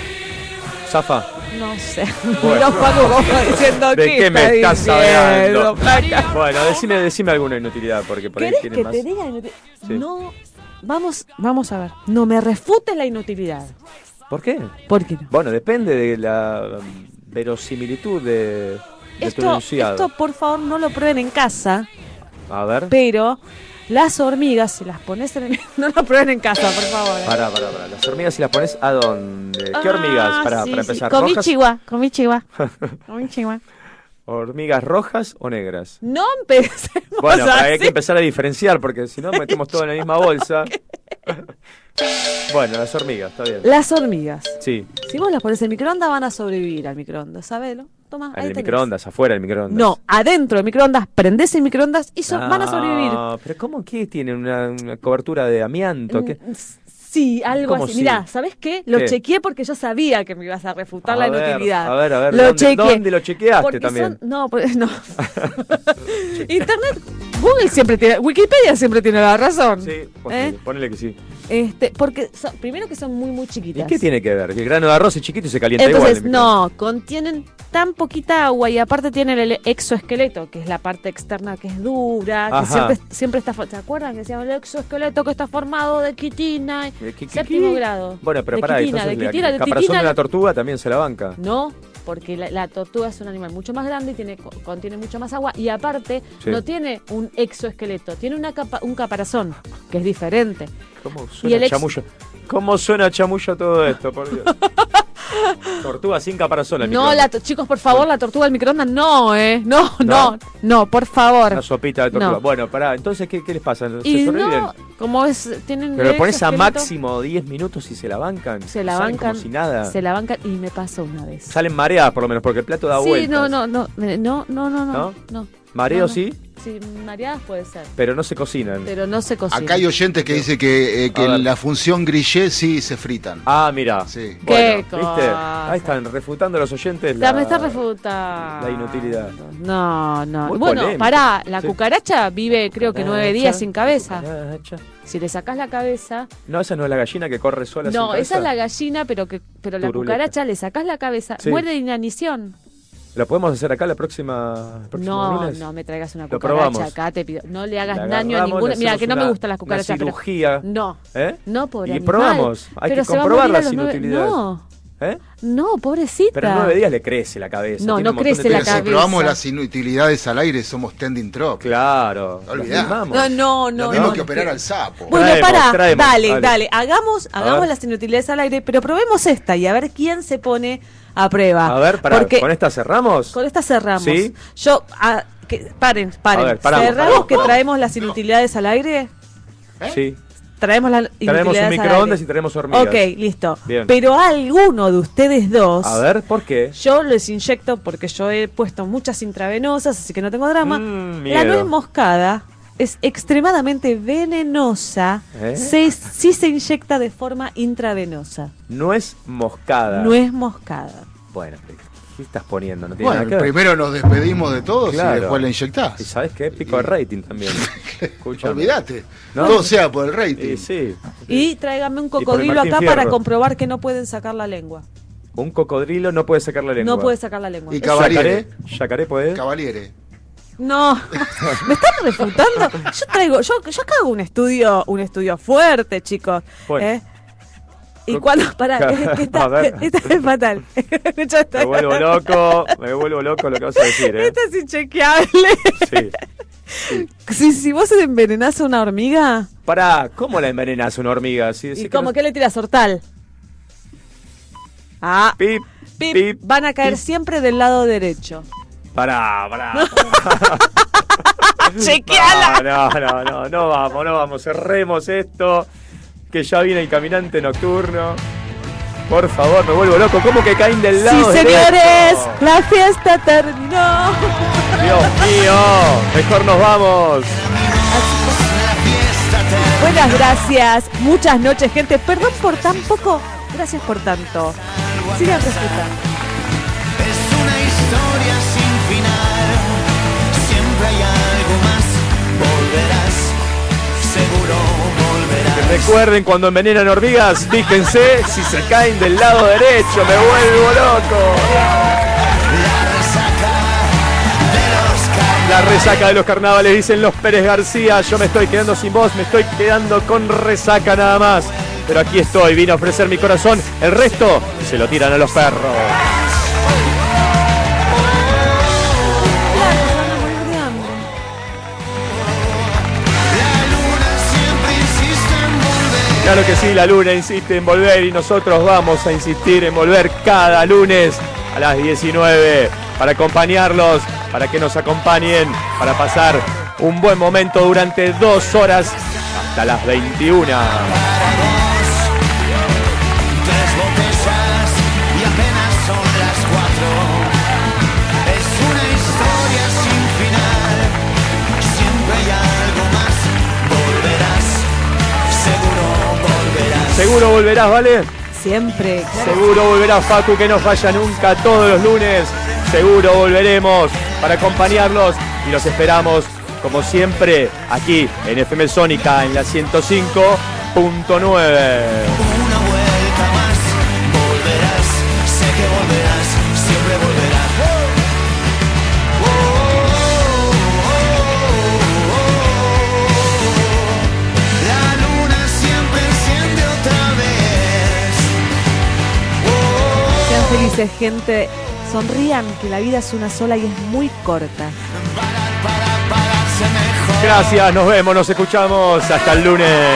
Zafa. no sé. Bueno. Miró Facu como diciendo, ¿De ¿qué, qué está me estás diciendo, hablando? flaca? Bueno, decime, decime alguna inutilidad, porque por ahí ¿Querés tiene que más. te diga? inútil? Sí. No, vamos, vamos a ver. No me refutes la inutilidad. ¿Por qué? ¿Por qué Bueno, depende de la um, verosimilitud de, de tu Esto, enunciado. esto, por favor, no lo prueben en casa, A ver. pero las hormigas, si las pones en el... No lo prueben en casa, por favor. Pará, pará, pará. Las hormigas si las pones a dónde? Eh, ¿Qué hormigas? Ah, Pará, sí, para sí. empezar. Comí ¿Rojas? chihuahua, comí chihuahua, comí chihuahua. ¿Hormigas rojas o negras? No empecemos Bueno, pero así. hay que empezar a diferenciar porque si no metemos todo en la misma bolsa. bueno, las hormigas, está bien. Las hormigas. Sí, Si vos las pones en el microondas, van a sobrevivir al microondas, sabelo. Toma, en Ah, ahí el tenés. microondas, afuera del microondas. No, adentro del microondas, prendés el microondas y so- van a sobrevivir. No, Ah, pero ¿cómo que tienen una, una cobertura de amianto? Mm, ¿Qué? Sí, algo ¿Cómo así. sí? Mirá, ¿sabés qué? Lo ¿Qué? chequeé porque yo sabía que me ibas a refutar la a ver, inutilidad. A ver, a ver, Lo ¿dónde, chequeé. dónde lo chequeaste Porque también? son- no, por- no. Internet, Google siempre tiene, Wikipedia siempre tiene la razón. Sí, ¿Eh? ponele, ponele que sí. Este, porque son- primero que son muy muy chiquitas. ¿Y qué tiene que ver? Que el grano de arroz es chiquito y se calienta Entonces, igual. el no, contienen tan poquita agua y aparte tienen el exoesqueleto, que es la parte externa que es dura, que Ajá. siempre, siempre está... fo- ¿Se acuerdan que decíamos el exoesqueleto que está formado de quitina? microondas. Eh, ¿Qué- qué- Séptimo qué? grado. Bueno, pero De pará, quitina, entonces de la- quitina, el de caparazón quitina, de la- la tortuga también se la banca. No, porque la, la tortuga es un animal mucho más grande y tiene, co- contiene mucho más agua y aparte Sí. no tiene un exoesqueleto, tiene una capa- un caparazón que es diferente. ¿Cómo Y el suena ex- chamuyo? ¿Cómo suena chamuyo todo esto, por Dios? tortuga sin caparazón. el No, microondas. la to- chicos, por favor, la tortuga del microondas, no, ¿eh? No, no, no, por favor. Una sopita de tortuga. No. Bueno, pará, entonces, ¿qué, qué les pasa? ¿Se y sobreviven? no, como es, tienen... Pero le pones a exoesqueleto, máximo 10 minutos y se la bancan. Se la Salen bancan. Como si nada. Se la bancan y me pasó una vez. Salen mareadas, por lo menos, porque el plato da sí, vueltas. no, no, no, eh, no, no, no, no, ¿No? no. Mareo No, no. sí, Sí, mareadas puede ser, pero no se cocinan. pero no se cocina. Acá hay oyentes que dicen que, eh, que en la función grillé sí se fritan. Ah, mira. Sí. Qué Bueno, ¿viste? Ahí están refutando a los oyentes Ya la, me está refuta. la inutilidad. No, no. Muy bueno, polémico. pará, la Sí. cucaracha vive creo que nueve Cucaracha, días sin cabeza. Si le sacás la cabeza. No, esa no es la gallina que corre sola. sin No, esa cabeza. es la gallina, pero que pero la Turuleta. cucaracha le sacás la cabeza. Sí. Muere de inanición. ¿La podemos hacer acá la próxima? el próximo No, lunes? no me traigas una Lo cucaracha probamos. acá, te pido. No le hagas La daño a agarramos, ninguna. le Mira, hacemos que no me una- gustan las una cucarachas. pero- cirugía. No. ¿Eh? No, pobre Y animal. probamos. Hay Pero que se va a comprobar morir a las los nueve- inutilidades. No, ¿Eh? no, pobrecita. Pero en nueve días le crece la cabeza. No, tiene no un montón de crece la telas. cabeza. Si probamos las inutilidades al aire, somos tending trop. Claro. Olvidá. No, no, no. Lo mismo no, que no operar quiero. al sapo. Bueno, Traemos, pará, traemos, dale, dale, dale. Hagamos, A hagamos ver. las inutilidades al aire, pero probemos esta y a ver quién se pone a prueba. A ver, pará, Porque ¿con esta cerramos? Con esta cerramos. ¿Sí? Yo, ah, que- paren, paren. A ver, paramos, cerramos paramos, que paramos. traemos las inutilidades al aire. ¿Eh? Sí. Traemos las inutilidades Traemos un al microondas aire. y traemos hormigas. Ok, listo. Bien. Pero a alguno de ustedes dos. A ver, ¿por qué? Yo les inyecto porque yo he puesto muchas intravenosas, así que no tengo drama. la Mm, miedo. nuez moscada es extremadamente venenosa ¿Eh? se- si se inyecta de forma intravenosa. Nuez moscada. Nuez moscada. Bueno, ¿Qué estás poniendo? No tiene Bueno, nada que ver. primero nos despedimos de todos y Claro. después la inyectás. Y sabes qué, pico de rating también. Escuchame. Olvídate. Todo sea por el rating. Y sí, Y tráigame un por el cocodrilo Martín acá para Fierro. comprobar que no pueden sacar la lengua. un cocodrilo no puede sacar la lengua. No puede sacar la lengua. Eso- Yacaré, yacaré puede. Cavaliere. No, me están refutando. Yo traigo, yo, yo acá hago un estudio, un estudio fuerte, chicos. Bueno. ¿eh? Y cuando, pará, que A esta, ver. esta es fatal. Yo estoy- Me vuelvo loco, me vuelvo loco lo que vas a decir, ¿eh? Esta es inchequeable. Sí. Si, si vos envenenás a una hormiga, Pará, ¿cómo la envenenas una hormiga? Si decís ¿y que cómo no- que le tiras hortal? Ah, pip, pip, van a caer siempre del lado derecho. Pará, pará. Chequeala. No, no, no, no, no vamos, no vamos. Cerremos esto. Que ya viene el caminante nocturno. Por favor, me vuelvo loco. ¿Cómo que caen del Sí, lado señores, derecho? la fiesta terminó. Dios mío, mejor nos vamos. Buenas gracias, muchas noches, gente. Perdón por tan poco, gracias por tanto. Sigan respetando. Es una historia sin final, siempre hay algo más, volverás, seguro volverás. Recuerden cuando envenenan hormigas, fíjense si se caen del lado derecho. Me vuelvo loco. La resaca de los carnavales, dicen los Pérez García. Yo me estoy quedando sin voz, me estoy quedando con resaca nada más. Pero aquí estoy, vine a ofrecer mi corazón. El resto se lo tiran a los perros. Claro que sí, la luna insiste en volver y nosotros vamos a insistir en volver cada lunes a las 19 para acompañarlos, para que nos acompañen, para pasar un buen momento durante dos horas hasta las 21. Tres botellas y apenas son las cuatro. Es una historia sin final, siempre hay algo más, volverás, seguro volverás. Seguro volverás, ¿vale? Siempre. Seguro volverá Facu, que no falla nunca todos los lunes. Seguro volveremos para acompañarlos y los esperamos, como siempre, aquí en FM Sónica en la 105.9. Una vuelta más, volverás, sé que volverás, siempre volverás. Oh, oh, oh, oh. La luna siempre enciende otra vez. Sean felices, gente. Sonrían, que la vida es una sola y es muy corta. Gracias, nos vemos, nos escuchamos. Hasta el lunes.